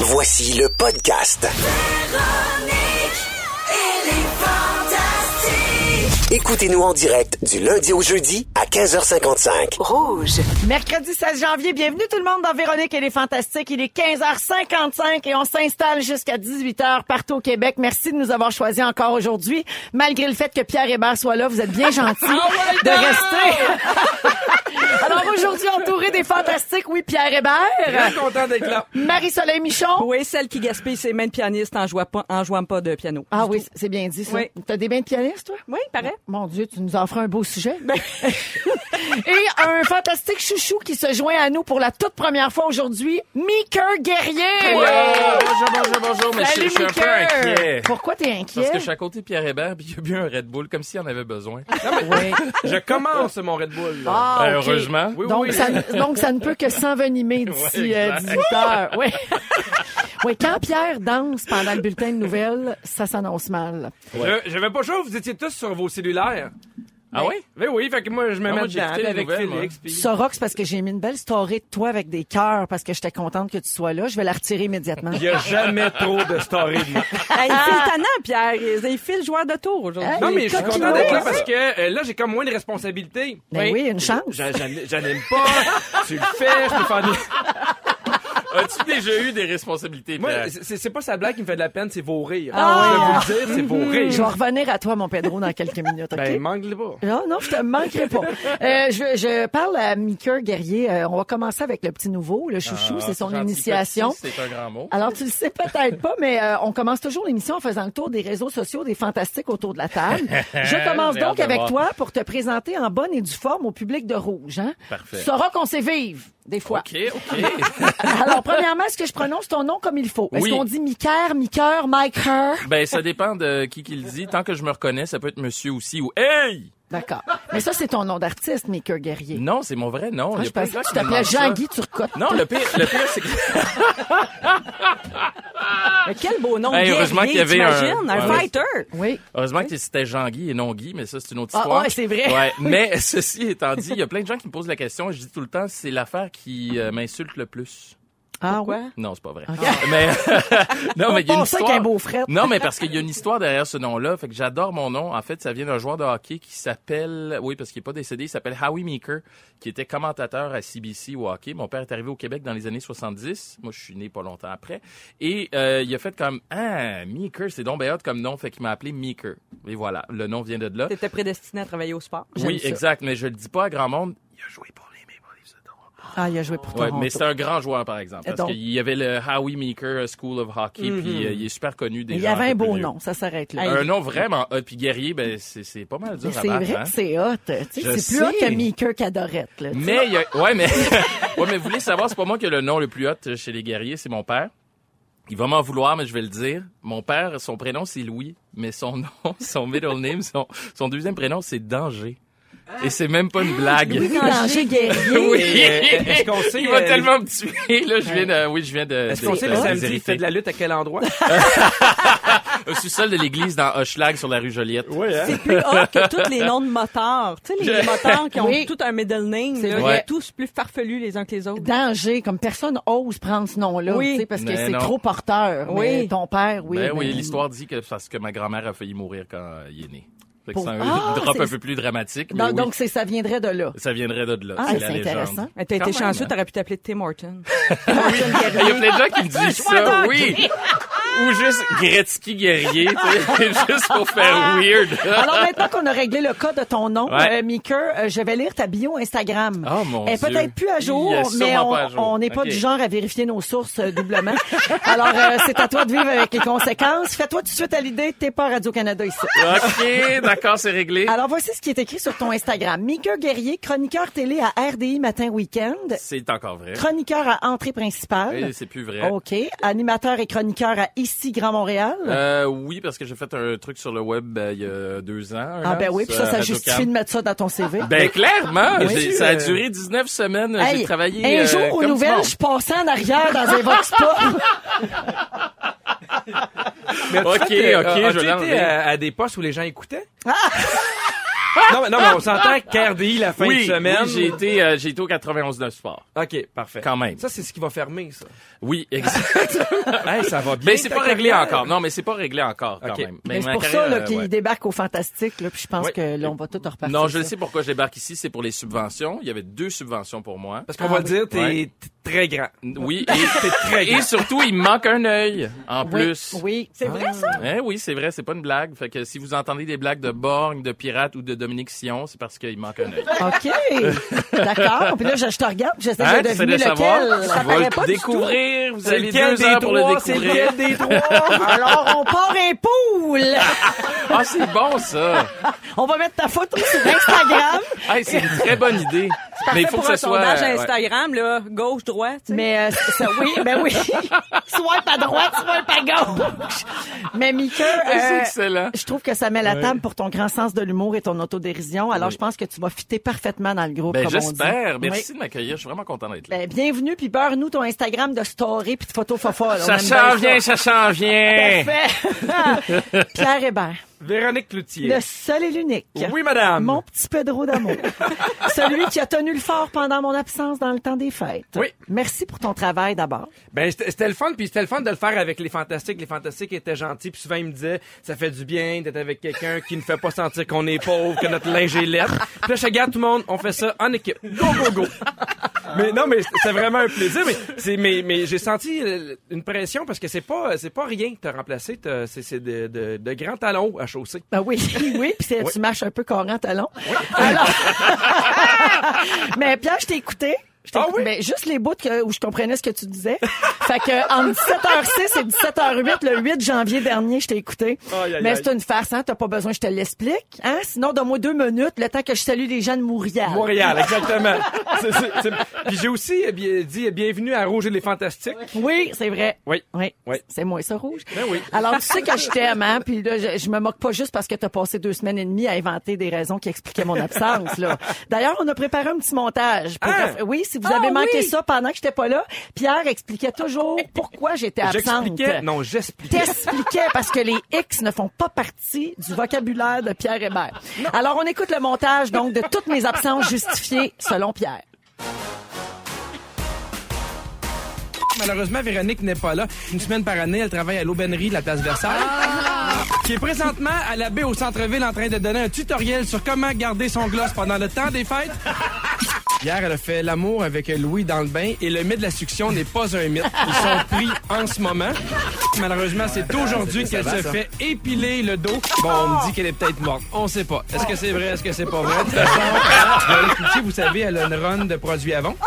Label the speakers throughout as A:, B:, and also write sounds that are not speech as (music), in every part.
A: Voici le podcast. Écoutez-nous en direct du lundi au jeudi à 15h55.
B: Rouge.
C: Mercredi 16 janvier, bienvenue tout le monde dans Véronique et les Fantastiques. Il est 15h55 et on s'installe jusqu'à 18h partout au Québec. Merci de nous avoir choisis encore aujourd'hui. Malgré le fait que Pierre Hébert soit là, vous êtes bien (laughs) gentils de rester. (laughs) Alors aujourd'hui, entouré des Fantastiques, oui, Pierre Hébert,
D: Très content d'être là.
C: Marie-Soleil Michon.
E: Ah. (laughs) Oui, celle qui gaspille ses mains de pianiste en jouant pas, en jouant pas de piano.
C: Ah oui, c'est bien dit ça.
E: Oui.
C: T'as des bains de pianiste, toi?
E: Oui, il paraît.
C: Mon Dieu, tu nous offres un beau sujet.
D: Ben.
C: (laughs) Et un fantastique chouchou qui se joint à nous pour la toute première fois aujourd'hui, Miker Guerrier.
D: Yo, bonjour, bonjour, bonjour, mais oh! je,
C: Salut
D: je suis un peu
C: Mickey.
D: inquiet.
C: Pourquoi t'es inquiet?
D: Parce que je suis à côté de Pierre Hébert, puis il y a bu un Red Bull, comme s'il en avait besoin.
C: Oui.
D: je commence mon Red Bull.
C: Ah,
D: Euh,
C: ok.
D: Ben, Heureusement. Oui,
C: donc,
D: oui.
C: ça, ne- donc, ça ne peut
D: (laughs)
C: que s'envenimer d'ici
D: Ouais,
C: euh,
D: exact.
C: 18 heures. (laughs) Oui. Oui, quand Pierre danse pendant le bulletin de nouvelles, ça s'annonce mal.
F: Je- J'avais pas chaud, vous étiez tous sur vos cellulaires.
D: Ah oui?
F: Ben oui, fait que moi, je me
D: Ah,
F: mets
D: moi, j'ai
F: dedans
D: écouté les
F: avec
D: nouvelles,
F: Félix.
C: Tu
F: Puis...
C: sauras que c'est parce que j'ai mis une belle story de toi avec des cœurs parce que j'étais contente que tu sois là. Je vais la retirer immédiatement.
F: Il y a jamais trop de stories de moi.
E: Ben, il file tannant, Pierre. Il il file joueur de tour aujourd'hui.
C: Ah. Hey.
F: Non,
C: Les
F: mais je suis
C: coquilles
F: content d'être là
C: noires.
F: parce que euh, là, j'ai comme moins de responsabilités.
C: Ben oui, une chance.
F: J'en j'en- j'en aime pas, tu le fais, je peux faire des-
D: As-tu déjà eu des responsabilités,
F: Moi,
D: Pierre?
F: c'est c'est pas sa blague qui me fait de la peine, c'est vos rires.
C: Ah
F: je vais vous le dire, c'est vos
C: Je vais
F: rires.
C: revenir à toi, mon Pedro, dans quelques
D: (laughs)
C: minutes, OK? Ah,
F: Ben, manque-les pas.
C: Non, non, je te manquerai pas. Euh, je, je parle à Mickey Guerrier. Euh, on va commencer avec le petit nouveau, le chouchou,
D: Ah,
C: c'est son
D: gentil,
C: initiation.
D: petit, C'est un grand mot.
C: Alors, tu le sais peut-être pas, mais euh, on commence toujours l'émission en faisant le tour des réseaux sociaux des fantastiques autour de la table.
D: (laughs)
C: Je commence
D: J'ai hâte
C: donc
D: de
C: avec
D: voir.
C: toi pour te présenter en bonne et due forme au public de Rouge. Hein?
D: Parfait.
C: Tu sauras qu'on sait vivre, des fois.
D: OK, (laughs) OK.
C: Alors, premièrement, est-ce que je prononce ton nom comme il faut? Est-ce
D: Oui.
C: qu'on dit Miker, Miker, Miker?
D: ben, ça dépend de qui qui le dit. Tant que je me reconnais, ça peut être monsieur aussi ou hey!
C: D'accord. Mais ça, c'est ton nom d'artiste, Miker Guerrier.
D: Non, c'est mon vrai nom.
C: Moi,
D: Il y
C: Ah, je
D: a plein de gens qui
C: pensais que tu
D: me
C: t'appelais
D: demandent ça.
C: Jean-Guy Turcotte.
D: Non, le pire, le pire, c'est que
E: Mais quel beau nom.
D: Hey,
E: guerrier,
D: heureusement qu'il y avait un-
E: t'imagines? un
D: Ouais.
E: fighter.
C: Oui.
D: (laughs) Heureusement que c'était Jean-Guy et non Guy, mais ça, c'est une autre
C: Ah,
D: histoire.
C: ouais, c'est vrai.
D: Ouais, mais (laughs) ceci étant dit, il y a plein de gens qui me posent la question et je dis tout le temps, c'est l'affaire qui euh, m'insulte le plus.
C: Ah
E: Pourquoi?
D: Non, c'est pas vrai. Ah. Mais, (laughs) non, mais il y a une
C: Pensais
D: histoire.
C: qu'un beau frère.
D: Non, mais parce qu'il y a une histoire derrière ce nom-là. Fait que j'adore mon nom. En fait, ça vient d'un joueur de hockey qui s'appelle, oui, parce qu'il est pas décédé, il s'appelle Howie Meeker, qui était commentateur à CBC au hockey. Mon père est arrivé au Québec dans les années 70. Moi, je suis né pas longtemps après. Et euh, il a fait comme, ah, Meeker, c'est donc bien hot comme nom. Fait qu'il m'a appelé Meeker. Et voilà, le nom vient de là.
E: T'étais prédestiné à travailler au sport.
C: J'aime
D: Oui,
C: ça.
D: exact, mais je le dis pas à grand monde. Il a joué pour les Maple Leafs de Toronto.
C: Ah, il a joué pour
D: Ouais,
C: Toronto.
D: mais c'est un grand joueur, par exemple.
C: Donc- Mm-hmm.
D: Parce qu'il y avait le Howie Meeker euh, School of Hockey, puis euh, il est super connu des
C: Il y
D: gens
C: avait un
D: peu
C: beau
D: plus
C: nom, ça s'arrête là.
D: vieux. Un nom vraiment hot, puis guerrier, ben, c'est c'est pas mal
C: Mais
D: dur à
C: c'est
D: battre,
C: vrai
D: hein.
C: que c'est hot. Tu
D: Je
C: sais, C'est plus hot
D: sais.
C: que Meeker qu'Adorette. là.
D: Mais, il y a- ouais, mais, (laughs) ouais, mais vous voulez savoir, c'est pas moi qui a le nom le plus hot chez les guerriers, c'est mon père. Il va m'en vouloir, mais je vais le dire. Mon père, son prénom, c'est Louis, mais son nom, (laughs) son middle name, son, son deuxième prénom, c'est Danger. Et c'est même pas une blague.
C: Ah! Louis Danger Guerrier.
D: Oui.
F: Est-ce qu'on sait,
D: Il va
F: euh,
D: tellement me tuer. Là, je viens de, oui, je viens de.
F: Est-ce
D: de-
F: qu'on sait
D: de-
F: le
D: des
F: samedi, il
D: hériter.
F: fait de la lutte à quel endroit?
D: Au sous-sol de l'église dans Hochelag sur la rue Joliette.
F: Oui, hein?
E: C'est plus haut que tous les noms de motards. Tu sais, les motards qui ont
C: Oui.
E: tout un middle name,
C: C'est
E: là,
D: vrai.
E: tous plus farfelus les uns que les autres.
C: Danger, comme personne ose prendre ce nom-là,
E: Oui.
C: tu sais, parce que
D: Mais
C: c'est
D: non.
C: trop porteur.
E: Oui.
C: Mais ton père, oui.
D: Ben
C: mais-
D: oui, l'histoire dit que parce que ma grand-mère a failli mourir quand euh, il est né. Fait que
C: Pour-
D: c'est un
C: Ah,
D: (laughs) drop
C: c'est-
D: un peu plus dramatique, mais
C: Donc,
D: oui,
C: donc, c'est- ça viendrait de là.
D: ça viendrait de là.
C: Ah,
D: c'est
C: c'est
D: la légende.
C: intéressant.
E: Mais T'as
D: Quand
E: été
D: même,
E: chanceux,
D: hein. (laughs)
E: t'aurais pu t'appeler Tim Horton.
D: Il y a plein de gens qui me disent ça, oui. Ou juste Gretzky guerrier, tu sais, (laughs) juste pour
C: Ah.
D: faire weird.
C: (laughs) Alors maintenant qu'on a réglé le cas de ton nom,
D: Ouais.
C: euh, Meeker, euh, je vais lire ta bio Instagram.
D: Oh, mon
C: Elle est
D: Dieu.
C: peut-être plus à jour,
D: Il est sûrement
C: mais on
D: pas à jour.
C: on n'est pas
D: Ok.
C: du genre à vérifier nos sources euh, doublement. (laughs) Alors euh, c'est à toi de vivre avec les conséquences. Fais-toi tout de suite à l'idée, t'es pas à Radio Canada ici.
D: OK, d'accord, c'est réglé.
C: Alors voici ce qui est écrit sur ton Instagram. Mickey Guerrier, chroniqueur télé à RDI Matin Week-end,
D: C'est encore vrai.
C: chroniqueur à entrée
D: Eh,
C: principale.
D: C'est plus vrai.
C: OK. Animateur et chroniqueur à Ici Grand Montréal.
D: Euh, oui, parce que j'ai fait un truc sur le web euh, il y a deux ans. un
C: ah
D: an,
C: ben oui, puis
D: sur
C: ça,
D: euh,
C: ça
D: Radio
C: justifie
D: Can.
C: de mettre ça dans ton CV.
D: Ben clairement,
C: Oui.
D: j'ai- ça a duré 19 semaines,
C: Hey,
D: j'ai travaillé
C: Un
D: euh,
C: jour
D: comme
C: aux
D: du
C: nouvelles,
D: monde.
C: je passais en arrière dans un Vox
D: (laughs)
C: Pop.
F: Mais as-tu
D: Ok,
F: fait, euh,
D: ok, je
F: (laughs) as-tu
D: vais l'enlever.
C: Ah!
F: été à, à des postes où les gens écoutaient? (laughs) Non, mais, non, mais on s'entend qu'RDI, la fin
D: oui,
F: de semaine.
D: oui, j'ai été, euh, j'ai été au 91 de sport.
F: OK, parfait.
D: Quand même.
F: Ça, c'est ce qui va fermer, ça. (laughs)
D: Oui, exact.
F: hey, ça
C: Ah,
F: va bien.
D: mais c'est
F: ta
D: pas réglé
F: carrière.
D: encore. Non, mais c'est pas réglé encore quand
F: Ok.
D: même.
C: Mais c'est
D: ma
C: pour ça
D: carrière,
C: là,
D: euh,
C: qu'il
D: ouais.
C: débarque au Fantastique, là, puis je pense
F: Ouais.
C: que là, on va tout repartir.
D: Non, je
C: ça.
D: sais pourquoi je débarque ici. C'est pour les subventions. Il y avait deux subventions pour moi.
F: Parce qu'on va le dire, t'es
D: Ah, Ouais.
F: t'es très grand.
C: (laughs)
D: Oui,
F: T'es très
D: et, et
F: grand.
D: surtout, il me manque un œil en
C: Oui,
D: plus.
C: Oui, c'est vrai ça?
D: Eh oui, c'est vrai, c'est pas une blague. Fait que si vous entendez des blagues de Borgne, de Pirate ou de Dominique Sion, c'est parce qu'il manque un œil.
C: OK. D'accord. Puis là, je, je te regarde, puis j'essaie
D: Hein,
C: de
D: tu sais
C: deviner
D: le savoir?
C: lequel. Ça
D: Tu vas
C: paraît
D: le
C: pas du tout.
D: découvrir. Vous
F: C'est
D: avez
F: lequel
D: deux
F: des
D: heures pour le
F: trois? C'est
D: découvrir.
F: lequel des trois?
C: Alors, on part un poule.
D: Ah, c'est bon, ça.
C: On va mettre ta photo sur Instagram.
D: Hey, c'est une très bonne idée. Mais il faut
E: pour
D: que ce
E: un
D: soit.
E: sondage
D: ouais.
E: Instagram, là, gauche, droite. tu sais.
C: Mais euh, c'est ça, oui, ben oui. (laughs) Swipe à droite, swipe à gauche. Mais Mika,
D: Mais C'est
C: euh,
D: excellent.
C: je trouve que ça met la table pour ton grand sens de l'humour et ton autodérision. Alors, je pense que tu vas fitter parfaitement dans le groupe.
D: Ben,
C: comme on dit.
D: j'espère.
C: Oui.
D: Merci de m'accueillir. Je suis vraiment content d'être là.
C: Ben, bienvenue, puis beurre-nous ton Instagram de story puis de photos fofolles. On
D: Ça
C: aime
D: s'en
C: bien
D: vient, ça s'en vient.
C: Parfait. (laughs) Pierre Hébert,
F: Véronique Cloutier.
C: le seul et l'unique.
F: Oui, madame.
C: Mon petit Pedro
D: (laughs)
C: d'amour. Celui qui a tenu le fort pendant mon absence dans le temps des fêtes.
F: Oui.
C: Merci pour ton travail d'abord.
F: Ben c'était c'était le fun, puis c'était le fun de le faire avec les fantastiques. Les fantastiques étaient gentils, puis souvent ils me disaient ça fait du bien d'être avec quelqu'un qui ne fait pas sentir qu'on est pauvre, que notre linge est laid. Puis là, je regarde tout le monde, on fait ça en équipe, go go go. Mais non, mais c'est vraiment un plaisir. Mais c'est, mais, mais j'ai senti euh, une pression parce que c'est pas, c'est pas rien de te remplacer. t'as- C'est, c'est de, de, de grands talons à chausser.
C: Ben (laughs) oui, oui, puis c'est- tu marches un peu corrent talon.
F: (laughs)
C: Alors... Mais Pierre, je t'ai écouté. Je t'ai
F: Ah
C: écouté.
F: oui?
C: Ben, juste les bouts que- où je comprenais ce que tu disais. fait que entre 17h06 et 17h08, le 8 janvier dernier, je t'ai écouté.
F: Aïe, aïe,
C: Mais
F: aïe.
C: c'est une farce, hein? T'as pas besoin que je te l'explique. Hein? Sinon, donne-moi deux minutes, le temps que je salue les gens de Montréal.
F: Montréal, exactement. C'est- c'est- c'est- Puis j'ai aussi euh, bien- dit euh, bienvenue à Roger les Fantastiques.
C: Oui, c'est vrai.
F: Oui.
C: Oui.
F: Oui.
C: C'est moi, ça, rouge.
F: Ben oui.
C: Alors, tu sais que je t'aime, hein? Puis là, je, je me moque pas juste parce que t'as passé deux semaines et demie à inventer des raisons qui expliquaient mon absence, là. D'ailleurs, on a préparé un petit montage. pour-
F: Ah! Eh,
C: Oui, si vous
E: Ah,
C: avez manqué
E: oui!
C: ça pendant que j'étais pas là, Pierre expliquait toujours pourquoi j'étais absente.
F: J'expliquais. Non, j'expliquais.
C: T'expliquais parce que les X ne font pas partie du vocabulaire de Pierre Hébert. Alors, on écoute le montage, donc, de toutes mes absences justifiées selon Pierre.
F: Malheureusement, Véronique n'est pas là. Une semaine par année, elle travaille à l'aubainerie de la place Versailles. Qui est présentement à la baie au centre-ville en train de donner un tutoriel sur comment garder son gloss pendant le temps des fêtes. Hier, elle a fait l'amour avec Louis dans le bain et le mythe de la succion n'est pas un mythe. Ils sont pris en ce moment. Malheureusement, Ah, c'est aujourd'hui qu'elle se fait épiler le dos. Bon, on me dit qu'elle est peut-être morte. On sait pas. Est-ce que c'est vrai? Est-ce que c'est pas (laughs) vrai? De toute façon, Véronique Cloutier, vous savez, elle a une run de produits avant. (laughs)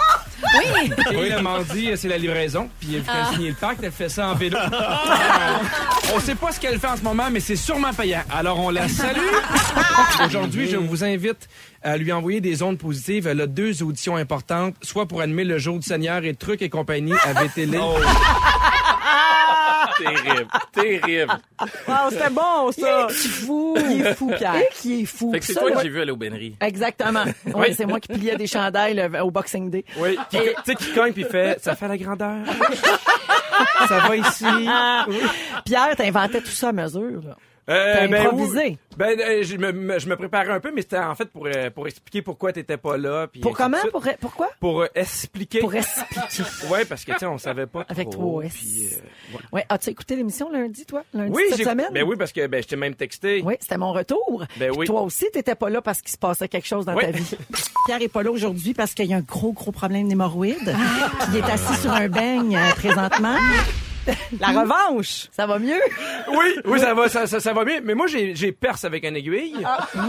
F: Oui, le mardi, c'est la livraison. Puis quand elle signe le pacte, elle fait ça en vélo. Euh, on sait pas ce qu'elle fait en ce moment, mais c'est sûrement payant. Alors on la salue. Aujourd'hui, je vous invite à lui envoyer des ondes positives. Elle a deux auditions importantes, soit pour animer le jour du Seigneur et Truc et compagnie à VTL.
D: Oh. Terrible, terrible.
C: Ah,
E: Wow, c'était bon, ça.
C: Il est fou. Il est fou, Pierre. Qui est fou.
D: Fait que c'est
C: Ça,
D: toi
C: là,
D: que j'ai vu à l'aubainerie.
F: (laughs)
C: Exactement. Oui, c'est moi qui pliais des chandails le- au Boxing Day.
F: Oui. Tu sais, qui cogne puis fait, ça fait la grandeur. (laughs) ça va ici.
C: Ah. (laughs) Pierre, t'inventais tout ça à mesure. là.
F: Euh,
C: T'as
F: ben,
C: improvisé.
F: oui. Ben, euh, je, me, me- je me préparais un peu, mais c'était en fait pour, euh, pour expliquer pourquoi t'étais pas là. puis
C: Pour
F: ainsi de
C: comment?
F: suite.
C: Pour, pourquoi?
F: Pour euh, expliquer.
C: Pour expliquer.
F: (laughs) Ouais, parce que tu sais, on savait pas
C: Avec
F: trop.
C: trois S.
F: puis, euh, voilà.
C: Ouais. As-tu écouté l'émission lundi, toi? Lundi
F: Oui,
C: cette
F: j'ai.
C: semaine?
F: Ben oui, parce que ben je t'ai même texté.
C: (laughs) Oui, c'était mon retour.
F: Ben
C: Puis
F: oui.
C: Toi aussi, t'étais pas là parce qu'il se passait quelque chose dans
F: Oui.
C: ta
F: (laughs)
C: vie. Pierre est pas là aujourd'hui parce qu'il y a un gros, gros problème d'hémorroïdes. Puis il est assis sur un beigne euh, présentement.
E: La revanche.
C: Ça va mieux?
F: Oui, oui, ça va, ça, ça, ça va bien. Mais moi, j'ai, j'ai perce avec une aiguille.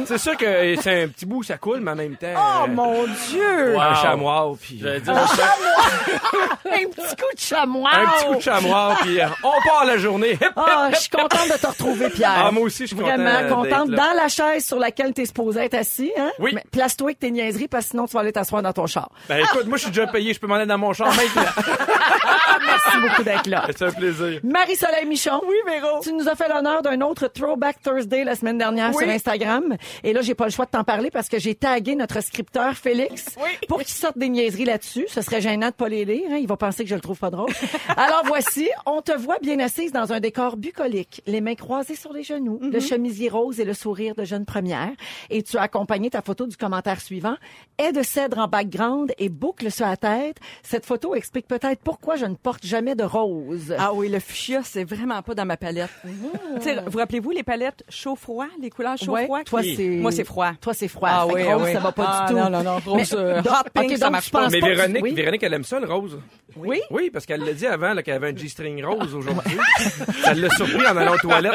F: C'est sûr que euh, c'est un petit bout, ça coule, mais en même temps.
C: Oh
F: euh,
C: mon Dieu!
F: Un
D: Wow.
F: chamois, puis.
D: J'allais dire au chat,
C: Un petit coup de chamois!
F: Un petit coup de chamois, puis euh, on part la journée. Hip, hip.
C: Ah, je suis contente de te retrouver, Pierre.
F: Ah, moi aussi, je suis
C: Vraiment
F: content, euh,
C: contente.
F: d'être là.
C: Dans la chaise sur laquelle t'es supposé être assis, hein?
F: Oui.
C: Mais place-toi avec tes niaiseries, parce que sinon, tu vas aller t'asseoir dans ton char.
F: Ben écoute, moi, je suis déjà payé, je peux m'en aller dans mon char maintenant. (laughs)
C: Ah, Merci beaucoup d'être là.
F: c'est un plaisir.
C: Marie-Soleil Michon. Oui, Véro. Tu nous as fait l'honneur d'un autre Throwback Thursday la semaine dernière sur Instagram. Et là, j'ai pas le choix de t'en parler parce que j'ai tagué notre scripteur Félix pour qu'il sorte des niaiseries là-dessus. Ce serait gênant de pas les lire. rire. hein, il va penser que je le trouve pas (laughs) drôle. Alors voici, on te voit bien assise dans un décor bucolique, les mains croisées sur les genoux, le chemisier rose et le sourire de jeune première. Et tu as accompagné ta photo du commentaire suivant. Haie de cèdre en background et boucle sur la tête. Cette photo explique peut-être pourquoi je ne porte jamais de rose.
E: Ah oui, le fuchsia, c'est vraiment pas dans ma palette. Tu sais, Vous rappelez-vous les palettes chaud-froid, les couleurs
C: Ouais,
E: chaud-froid?
C: toi,
E: Oui.
C: c'est-
E: Moi, c'est froid.
C: Toi, c'est froid.
E: Ah
C: Fait que
E: oui,
C: rose,
E: oui.
C: ça va pas
E: Ah,
C: du tout.
E: non, non, non, rose, euh, hot pink,
C: ok,
E: ça
C: donc,
E: marche
C: tu penses
F: Mais
C: pas que-
F: Véronique,
C: oui.
F: Véronique, elle aime ça, le rose.
C: Oui?
F: Oui, parce qu'elle l'a dit avant là, qu'elle avait un G-string rose
C: (laughs)
F: aujourd'hui. ça l'a surpris en allant aux toilettes.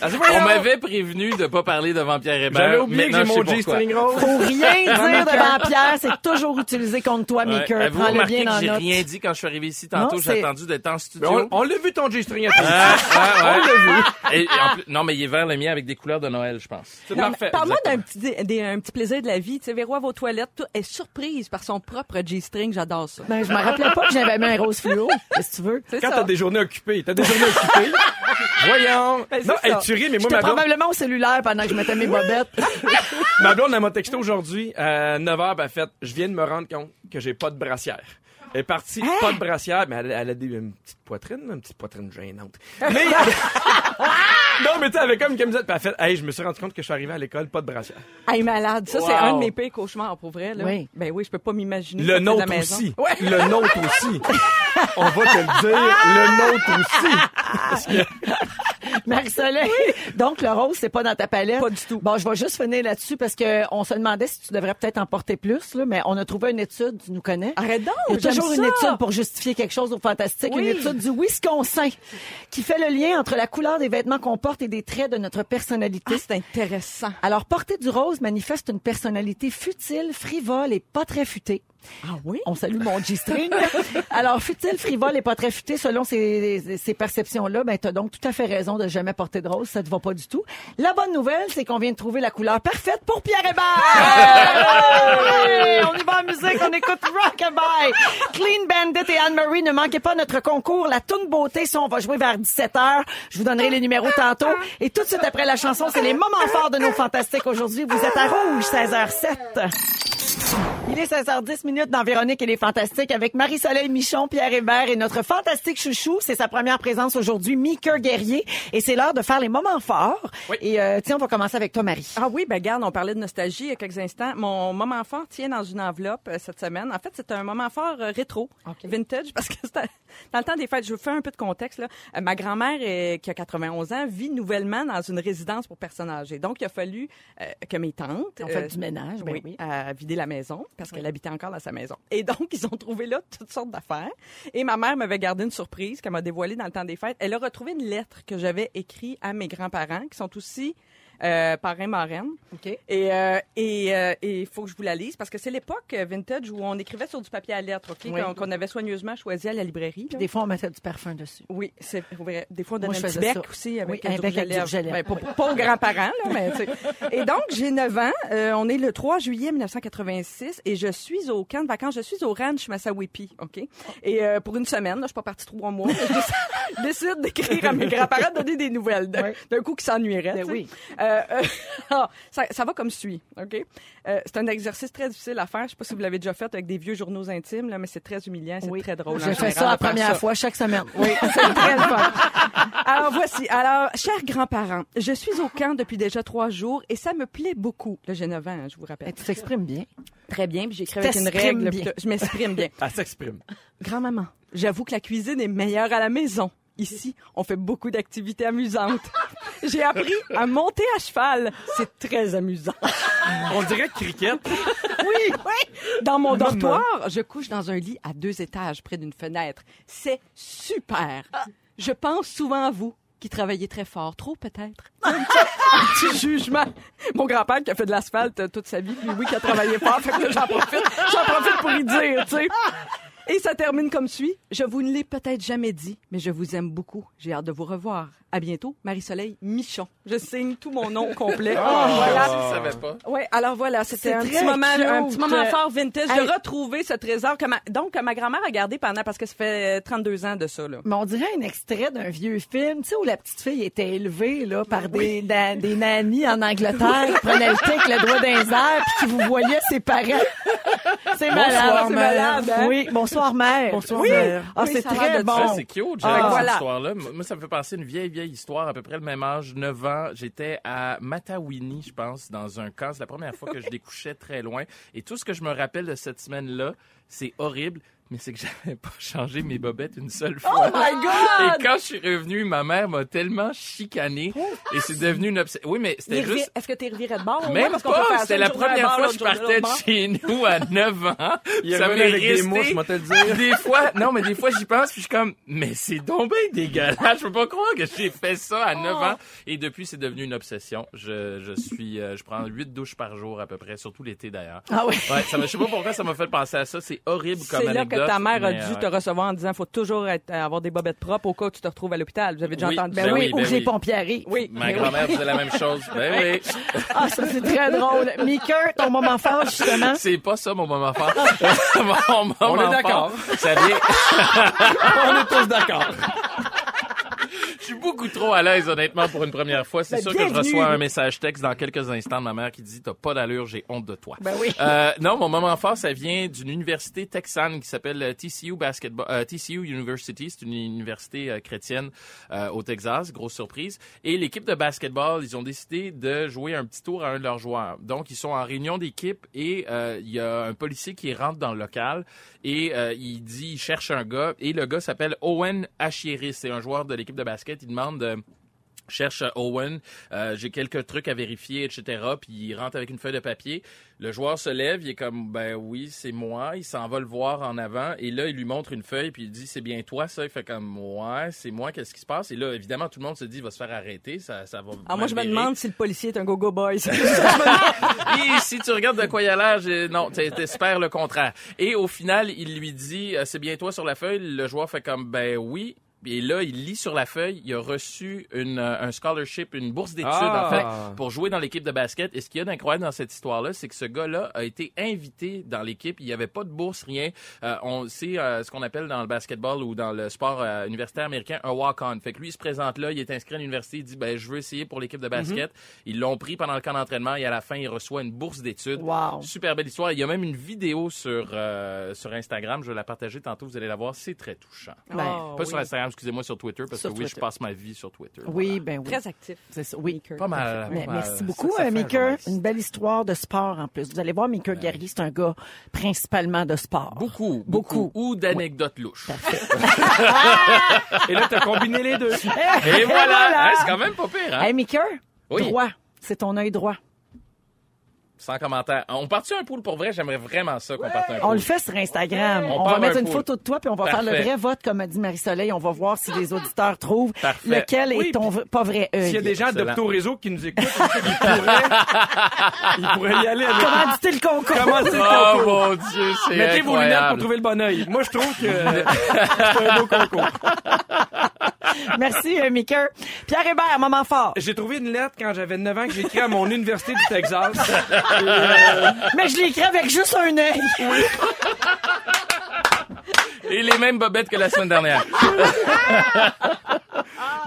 F: Elle dit,
D: On
F: Voyons,
D: m'avait prévenu de pas parler devant Pierre Hébert.
F: J'avais oublié que j'ai
D: Ben, Maintenant,
F: mon
D: je sais pourquoi.
F: G-string rose.
C: Faut rien dire
F: hein.
C: devant Pierre, c'est toujours utilisé contre toi,
D: Ouais.
C: Maker.
D: Avez-vous
C: Prends-le
D: remarqué
C: bien
D: que
C: en
D: j'ai
C: note.
D: rien dit quand je suis arrivé ici
C: Non,
D: tantôt?
C: c'est-
D: J'ai attendu d'être en
F: Mais
D: studio.
F: on on l'a vu ton G-string à toi.
D: Ah, ah, ouais.
F: On l'a vu.
D: Et- et en plus- non, mais il est vert le mien avec des couleurs de Noël, je pense.
F: C'est
E: Non, mais
F: parfait.
E: Parle-moi d'un petit, dé- des- un petit plaisir de la vie. Tu sais, Véro, à vos toilettes, tout- est surprise par son propre G-string. J'adore ça.
C: Ben, je me rappelais pas que j'avais mis un rose fluo. (laughs) Qu'est-ce que tu veux?
E: C'est
F: Quand
E: ça.
F: t'as des journées occupées, t'as des journées
D: (laughs)
F: occupées. Voyons.
E: Ben, c'est
F: non,
E: ça.
F: elle tu ris, mais moi,
C: J'étais
F: ma blonde,
C: probablement au cellulaire pendant que je mettais mes bobettes.
F: (laughs) ma blonde, elle m'a texté aujourd'hui à 9h, ben, elle fait, je viens de me rendre compte que j'ai pas de brassière. Elle est partie,
E: Hein?
F: pas de brassière, mais elle, elle a des, une petite poitrine, une petite poitrine
E: (laughs)
F: gênante. Mais... (laughs) non, mais tu sais, elle avait comme une camisette, puis elle fait, hey, je me suis rendu compte que je suis arrivé à l'école, pas de brassière.
E: Hey, malade. Ça, c'est
F: Wow.
E: un de mes pires cauchemars, pour vrai. Là.
C: Oui.
E: Ben oui, je peux pas m'imaginer. sortir
F: Le
E: de la
F: nôtre
E: maison.
F: aussi. Le nôtre aussi. On va te le dire, le nôtre aussi.
C: Marie-Soleil. Donc, le rose, c'est pas dans ta palette.
E: Pas du tout.
C: Bon, je vais juste finir là-dessus parce que on se demandait si tu devrais peut-être en porter plus, là, mais on a trouvé une étude, tu nous connais.
E: Arrête donc,
C: Il y a
E: Oh, j'aime
C: toujours
E: ça.
C: une étude pour justifier quelque chose au fantastique.
E: Oui.
C: Une étude du Wisconsin qui fait le lien entre la couleur des vêtements qu'on porte et des traits de notre personnalité.
E: Ah, c'est intéressant.
C: Alors, porter du rose manifeste une personnalité futile, frivole et pas très futée.
E: Ah oui?
C: On salue mon G-string. (laughs) Alors, futile, frivole et pas très futée, selon ces, ces perceptions-là, ben, t'as donc tout à fait raison de jamais porter de rose. Ça te va pas du tout. La bonne nouvelle, c'est qu'on vient de trouver la couleur parfaite pour Pierre Hébert! Hey! On y va en musique, on écoute Rockabye. Clean Bandit et Anne-Marie, ne manquez pas notre concours, la toune beauté. Ça, on va jouer vers 17h. Je vous donnerai les numéros tantôt. Et tout de suite après la chanson, c'est les moments forts de nos fantastiques aujourd'hui. Vous êtes à Rouge, 16h07. Il est 16h10 minutes dans Véronique et les Fantastiques avec Marie-Soleil Michon, Pierre Hébert et notre fantastique chouchou. C'est sa première présence aujourd'hui, Mickey Guerrier. Et c'est l'heure de faire les moments forts. Et euh, tiens, on va commencer avec toi, Marie.
E: Ah oui, ben garde, on parlait de nostalgie il y a quelques instants. Mon moment fort tient dans une enveloppe euh, cette semaine. En fait, c'est un moment fort euh, rétro, vintage, (laughs) parce que c'était dans le temps des fêtes. Je vous fais un peu de contexte. Là. Euh, ma grand-mère, euh, qui a 91 ans, vit nouvellement dans une résidence pour personnes âgées. Donc, il a fallu euh, que mes tantes...
C: Ils ont fait du ménage, ben
E: Euh, oui,
C: oui.
E: à vider la maison, parce qu'elle habitait encore dans sa maison. Et donc, ils ont trouvé là toutes sortes d'affaires. Et ma mère m'avait gardé une surprise qu'elle m'a dévoilée dans le temps des fêtes. Elle a retrouvé une lettre que j'avais écrite à mes grands-parents, qui sont aussi... Euh, parrain marraine
C: OK.
E: et euh, et euh, et il faut que je vous la lise parce que c'est l'époque euh, vintage où on écrivait sur du papier à lettres, ok,
C: Oui.
E: qu'on qu'on avait soigneusement choisi à la librairie. là.
C: Des fois, on mettait du parfum dessus.
E: Oui, c'est vrai. Des fois, on
C: Moi,
E: donnait
C: je
E: un petit
C: faisais
E: bec
C: ça.
E: aussi avec
C: Oui, un
E: du
C: bec
E: rouge à
C: avec du
E: lèvres.
C: rouge à lèvres.
E: Ben, pas, pas aux grands-parents, là, mais tu sais. Et donc, j'ai 9 ans. euh, on est le 3 juillet 1986 et je suis au camp de vacances. Je suis au ranch Massawippi, OK? Et euh, pour une semaine, là, je suis pas partie trois mois. mais Je décide- (laughs) décide d'écrire à mes grands-parents, de donner des nouvelles. D'un d'un coup, qui s'ennuieraient.
C: Ben
E: tu sais.
C: oui.
E: Euh, euh, (laughs) ça, ça va comme suit, OK? Euh, c'est un exercice très difficile à faire. Je sais pas si vous l'avez déjà fait avec des vieux journaux intimes, là, mais c'est très humiliant, c'est
C: Oui.
E: très drôle. en
C: Je fais
E: général,
C: ça la
E: de faire
C: première
E: ça.
C: fois chaque semaine.
E: Oui, c'est très le fun. Alors voici. Alors, chers grands-parents, je suis au camp depuis déjà trois jours et ça me plaît beaucoup. Là, j'ai 9 ans, hein, je vous rappelle.
C: Eh, Tu t'exprimes bien.
E: Eh, Très bien, puis j'écris avec une
C: t'exprimes
E: règle.
C: bien.
E: puis Je m'exprime bien.
F: Elle s'exprime.
E: Grand-maman, j'avoue que la cuisine est meilleure à la maison. Ici, on fait beaucoup d'activités amusantes. J'ai appris à monter à cheval. C'est très amusant.
F: On dirait cricket.
E: Oui, oui. Dans mon dortoir, je couche dans un lit à deux étages près d'une fenêtre. C'est super. Je pense souvent à vous qui travaillez très fort, trop peut-être. Un petit jugement. Mon grand-père qui a fait de l'asphalte euh, toute sa vie, puis oui, qui a travaillé fort, fait que là, j'en profite, j'en profite pour y dire, tu sais. Et ça termine comme suit. Je vous ne l'ai peut-être jamais dit, mais je vous aime beaucoup. J'ai hâte de vous revoir. À bientôt, Marie-Soleil Michon. Je signe tout mon nom au complet.
D: Ah,
C: Ah,
E: Voilà.
D: Je savais pas.
E: Oui, alors voilà, c'était
C: C'est
E: un
C: très
E: petit, moment,
C: cute.
E: un petit moment fort vintage. J'ai
C: Hey.
E: retrouvé ce trésor que ma, donc que ma grand-mère a gardé pendant, parce que ça fait euh, 32 ans de ça. Là.
C: Mais on dirait un extrait d'un vieux film, tu sais, où la petite fille était élevée là, par des, na- des nannies en Angleterre, qui prenaient le thé avec le doigt d'un air, puis qui vous voyaient ses parents. C'est malade.
B: Bonsoir, mère.
C: hein? Oui, bonsoir, mère.
B: Bonsoir,
C: oui.
B: mère.
C: Ah,
E: Oui,
C: c'est
E: ça a
C: très
E: l'air de
C: bon.
E: ça.
D: Ouais, c'est cute, j'adore
C: Ah.
D: cette
E: Voilà.
D: histoire-là. Moi, ça me fait penser à une vieille, vieille histoire, à peu près le même âge, 9 ans. J'étais à Matawini, je pense, dans un camp. C'est la première fois que je découchais très loin. Et tout ce que je me rappelle de cette semaine-là, c'est horrible, mais c'est que (laughs) j'avais pas changé mes bobettes une seule fois.
C: Oh my
B: Ah!
C: God!
D: Et quand je suis revenu, ma mère m'a tellement chicané. Et c'est devenu une obsession. Oui, mais c'était
B: Revi-
D: juste...
B: Est-ce que t'es reviré de bord? au moins,
D: Même
B: parce qu'on peut faire
D: pas,
B: ça
D: c'était
B: une
D: la
B: journée à
D: première
B: bord,
D: fois
B: l'autre
D: que je
B: journée de
D: partais de
B: bord.
D: chez nous à 9 ans.
F: Il est
D: ça
F: revenu
D: m'est
F: avec des
D: resté
F: mouches, je vais te le dire.
D: des fois, non, mais des fois, j'y pense, puis je suis comme, mais c'est donc bien dégueulasse. Je peux pas croire que j'ai fait ça à
B: Oh.
D: 9 ans. Et depuis, c'est devenu une obsession. Je, je suis, euh, je prends 8 douches par jour à peu près, surtout l'été d'ailleurs.
C: Ah oui.
D: Ouais, ça me, je sais pas pourquoi ça m'a fait penser à ça. C'est horrible comme
B: C'est là que
D: anecdote.
B: ta mère a
D: mais,
B: dû
D: euh,
B: te recevoir en disant faut toujours être- euh, avoir des bobettes propres au cas où tu te retrouves à l'hôpital. Vous avez déjà
D: Oui,
B: entendu
D: ben
B: ça?
C: Ben oui,
D: oui, ben
C: ou que j'ai
D: oui.
C: pompiéré.
B: Oui.
D: Ma grand-mère faisait la même chose. Ben oui.
C: Ah, ça, c'est très drôle. Mika, ton moment fort, justement.
D: C'est pas ça mon moment fort. (laughs) Mon moment
F: On est
D: fort,
F: d'accord.
D: Ça vient.
F: (laughs) On est tous d'accord.
D: Je suis beaucoup trop à l'aise, honnêtement, pour une première fois. C'est
C: Ben,
D: sûr que je
C: bienvenue.
D: reçois un message texte dans quelques instants de ma mère qui dit T'as pas d'allure, j'ai honte de toi.
C: Ben oui.
D: Euh, non, mon moment fort, ça vient d'une université texane qui s'appelle euh, TCU Basketball, euh, TCU University. C'est une université euh, chrétienne euh, au Texas. Grosse surprise. Et l'équipe de basketball, ils ont décidé de jouer un petit tour à un de leurs joueurs. Donc, ils sont en réunion d'équipe et euh, il y a un policier qui rentre dans le local et euh, il dit, il cherche un gars et le gars s'appelle Owen Achieris. C'est un joueur de l'équipe de basket. Il demande euh, cherche euh, Owen, euh, j'ai quelques trucs à vérifier, etc. Puis il rentre avec une feuille de papier. Le joueur se lève, il est comme, ben oui, c'est moi. Il s'en va le voir en avant. Et là, il lui montre une feuille, puis il dit, c'est bien toi, ça. Il fait comme, ouais, c'est moi, qu'est-ce qui se passe? Et là, évidemment, tout le monde se dit, il va se faire arrêter, ça, ça va.
B: Ah, moi, je me
D: mal virer.
B: demande si le policier est un go-go
D: (laughs)
B: boy. C'est
D: Ben, Et si tu regardes de quoi il a l'air, j'ai- non, t'es- t'espères le contraire. Et au final, il lui dit, euh, c'est bien toi sur la feuille. Le joueur fait comme, ben oui. Et là, il lit sur la feuille, il a reçu une, euh, un scholarship, une bourse d'études,
F: Ah.
D: en fait, pour jouer dans l'équipe de basket. Et ce qu'il y a d'incroyable dans cette histoire-là, c'est que ce gars-là a été invité dans l'équipe. Il n'y avait pas de bourse, rien. Euh, on sait euh, ce qu'on appelle dans le basketball ou dans le sport euh, universitaire américain un walk-on. Fait que lui, il se présente là, il est inscrit à l'université, il dit, ben, je veux essayer pour l'équipe de basket.
C: Mhm.
D: Ils l'ont pris pendant le camp d'entraînement et à la fin, il reçoit une bourse d'études.
C: Wow.
D: Super belle histoire. Il y a même une vidéo sur, euh, sur Instagram. Je vais la partager tantôt. Vous allez la voir. C'est très touchant.
B: Ben,
D: Pas sur Instagram, excusez-moi, sur Twitter, parce
C: Ah Sur
D: que oui,
C: Twitter.
D: je passe ma vie sur Twitter.
C: Oui, ben oui.
B: très actif.
C: C'est ça, oui.
D: Pas mal.
C: Mais
D: pas mal.
C: merci
D: Ça,
C: beaucoup,
D: ça fait
C: euh,
D: un
C: Mika.
D: journaliste.
C: Une belle histoire de sport en plus. Vous allez voir, Mika Gary, c'est un gars principalement de sport.
D: Beaucoup,
C: Beaucoup.
D: beaucoup. Ou d'anecdotes louches.
F: Et là, t'as combiné les deux.
C: (laughs)
D: Et voilà! Hein, c'est quand même pas pire, hein?
C: Hey, Mika,
D: Oui.
C: droit. C'est ton œil droit.
D: Sans commentaire. On part-tu un pool pour vrai? J'aimerais vraiment ça qu'on parte un pool.
C: On le fait sur Instagram.
D: On
C: On, va
D: part
C: mettre
D: un
C: une
D: pool.
C: photo de toi, puis on va faire le
D: Parfait.
C: vrai vote, comme a dit Marie-Soleil. On va voir si les auditeurs trouvent
D: Parfait.
C: lequel est
F: Oui,
C: ton v- pas vrai œil.
F: S'il y a des gens
D: Excellent.
F: d'Opto Réseau qui nous écoutent, ils pourraient, ils pourraient y aller avec
C: Comment dit-il Ah, le concours?
F: Comment c'est le
D: Oh
F: concours?
D: mon Dieu, c'est
F: Mettez vos lunettes pour
D: incroyable.
F: trouver le bon œil. Moi, je trouve que euh, c'est un beau concours. (laughs)
C: (laughs) Merci, euh, Mika. Pierre Hébert, moment
D: (laughs)
C: fort.
F: J'ai trouvé une lettre quand j'avais 9 ans que j'ai écrite à mon université du Texas. Et, euh,
C: Mais je l'écris avec juste un œil.
D: Et les mêmes bobettes que la semaine dernière.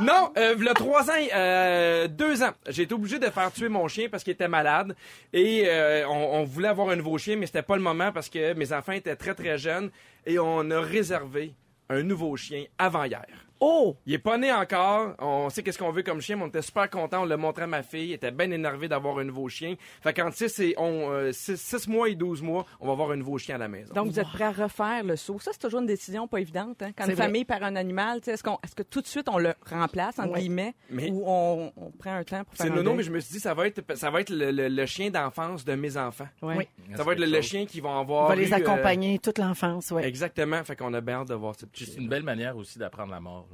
F: Non, euh, v'là trois ans, euh, deux ans, j'ai été obligé de faire tuer mon chien parce qu'il était malade et euh, on, on voulait avoir un nouveau chien, mais c'était pas le moment parce que mes enfants étaient très très jeunes et on a réservé un nouveau chien avant hier.
C: Oh!
F: Il est pas né encore, on sait qu'est-ce qu'on veut comme chien, mais on était super content, on l'a montré à ma fille, elle était bien énervée d'avoir un nouveau chien. Fait qu'entre 6 et on, euh, six- six mois et 12 mois, on va avoir un nouveau chien à la maison.
B: Donc, vous êtes prêt à refaire le saut. Ça, c'est toujours une décision pas évidente. hein. Quand
C: C'est
B: une
C: vrai.
B: famille par un animal, tu sais, est-ce qu'on, est-ce que tout de suite on le remplace, entre
C: Ouais.
B: guillemets,
F: Mais-
B: ou on, on prend un temps pour faire
F: C'est
B: un
F: nono,
B: deuil?
F: mais je me suis dit, ça va être, ça va être le- le- le chien d'enfance de mes enfants.
B: Ouais.
C: Oui.
F: Ça va être le, le chien qui vont avoir.
C: On va
F: eu,
C: les
F: euh,
C: accompagner toute l'enfance, oui.
F: exactement. Fait qu'on a bien hâte de voir cette
C: (laughs)
F: petite
D: C'est une belle manière aussi d'apprendre la mort. là.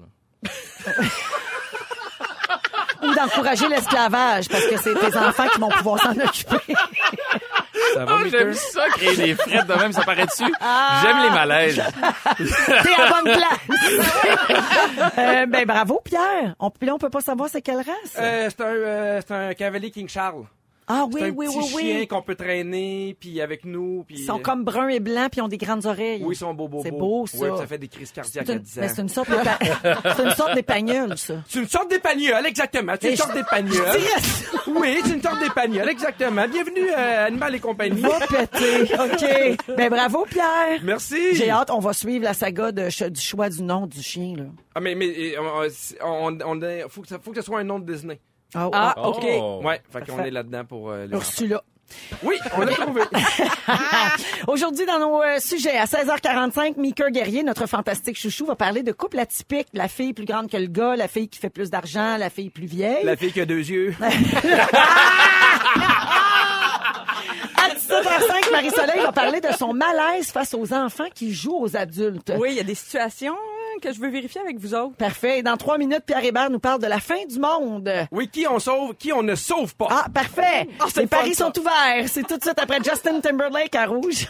C: Ou d'encourager l'esclavage, parce que c'est tes enfants qui vont pouvoir s'en occuper.
F: Ça
D: Ah,
F: va, Maker?
D: j'aime ça, créer des frettes de même, ça paraît dessus.
C: Ah.
D: J'aime les malaises.
C: T'es à bonne place. (laughs) Euh, ben, bravo, Pierre. On, puis là, on peut pas savoir c'est quelle race.
F: Euh, c'est un, euh, c'est un cavalier King Charles.
C: Ah oui,
F: Euh, C'est un
C: oui,
F: petit
C: oui, oui.
F: chien qu'on peut traîner, puis avec nous. Puis...
C: Ils sont comme bruns et blancs, puis ils ont des grandes oreilles.
F: Oui, ils sont beaux, beaux,
C: C'est
F: beaux.
C: beau, ça.
F: Oui, puis ça fait des crises cardiaques
C: C'est
F: à
C: une-
F: 10 ans.
C: mais c'est une sorte de
F: (laughs)
C: pa- c'est une sorte d'épagneule, ça.
F: C'est une sorte d'épagnole, exactement. C'est
C: Mais
F: une
C: je-
F: sorte d'épagnole.
C: (laughs)
F: Oui, c'est une sorte d'épagnole, exactement. Bienvenue à Animal et compagnie.
C: Va péter. OK. Ben bravo, Pierre.
F: Merci.
C: J'ai hâte, on va suivre la saga de ch- du choix du nom du chien, là.
F: Ah, mais, mais et, on, on, on est- faut, que ça, faut que ce soit un nom de Disney.
C: Ah,
B: Ah,
C: ah.
B: OK.
D: Oh.
F: Ouais, fait qu'on
C: Parfait.
F: est là-dedans pour euh, les enfants.
C: Ursula.
F: Oui, on l'a trouvé.
C: Aujourd'hui, dans nos euh, sujets, à 16h45, Mika Guerrier, notre fantastique chouchou, va parler de couple atypique. La fille plus grande que le gars, la fille qui fait plus d'argent, la fille plus vieille.
F: (laughs) La fille qui a deux yeux.
C: À 17h05, Marie-Soleil va parler de son malaise face aux enfants qui jouent aux adultes.
B: Oui, il y a des situations euh, que je veux vérifier avec vous autres.
C: Parfait. Et dans trois minutes, Pierre Hébert nous parle de la fin du monde.
F: Oui, qui on sauve, qui on ne sauve pas.
C: Ah, parfait.
B: Oh, c'est
C: Les
B: le fun,
C: paris
B: ça.
C: sont ouverts. C'est tout de suite après Justin Timberlake à Rouge.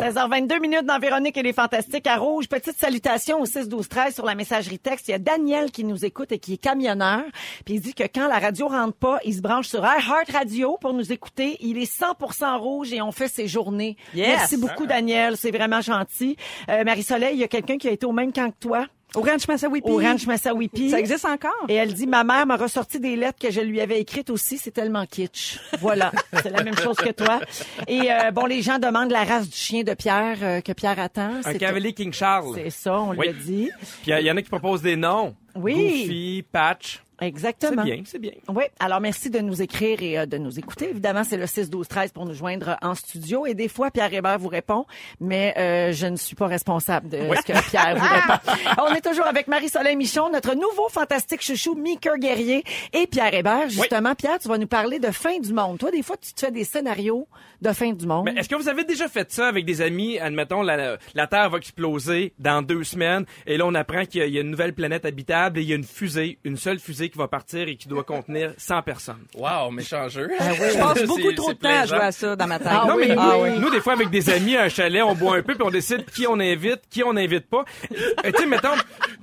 C: 16h22 minutes dans Véronique et les Fantastiques à Rouge. Petite salutation au 6-12-13 sur la messagerie texte. Il y a Daniel qui nous écoute et qui est camionneur. Puis il dit que quand la radio rentre pas, il se branche sur Heart Radio pour nous écouter. Il est 100% rouge et on fait ses journées.
B: Yes. Ah.
C: Merci beaucoup, Daniel. C'est vraiment gentil. Euh, Marie-Soleil, il y a quelqu'un qui a été au même camp que toi,
B: Au ranch Massawippi.
C: au Ranch Massawippi.
B: Ça existe encore?
C: Et elle dit, ma mère m'a ressorti des lettres que je lui avais écrites aussi. C'est tellement kitsch. Voilà. C'est la même chose que toi. Et euh, bon, les gens demandent la race du chien de Pierre euh, que Pierre attend.
F: un
C: C'est-
F: cavalier King Charles.
C: C'est ça, on
F: Oui.
C: l'a dit.
F: Puis il y en a qui proposent des noms.
C: Oui.
F: Goofy, Patch. C'est
C: Exactement.
F: bien, c'est bien.
C: Oui, alors merci de nous écrire et euh, de nous écouter. Évidemment, c'est le 6-12-13 pour nous joindre en studio. Et des fois, Pierre Hébert vous répond, mais euh, je ne suis pas responsable de ce que Pierre
F: (laughs)
C: vous répond. On est toujours avec Marie-Soleil Michon, notre nouveau fantastique chouchou, Mika Guerrier et Pierre Hébert. Justement, Pierre, tu vas nous parler de fin du monde. Toi, des fois, tu te fais des scénarios de fin du monde.
F: Mais est-ce que vous avez déjà fait ça avec des amis? Admettons, la, la Terre va exploser dans deux semaines et là, on apprend qu'il y a, il y a une nouvelle planète habitable et il y a une fusée, une seule fusée qui va partir et qui doit contenir 100 personnes.
D: Wow, méchangeux.
B: Je passe beaucoup trop de temps à jouer à ça dans ma tête.
C: Ah
F: non,
C: oui,
F: mais nous,
C: ah oui.
F: nous, des fois, avec des amis à un chalet, on boit un peu puis on décide qui on invite, qui on n'invite pas. Euh, tu sais, mettons,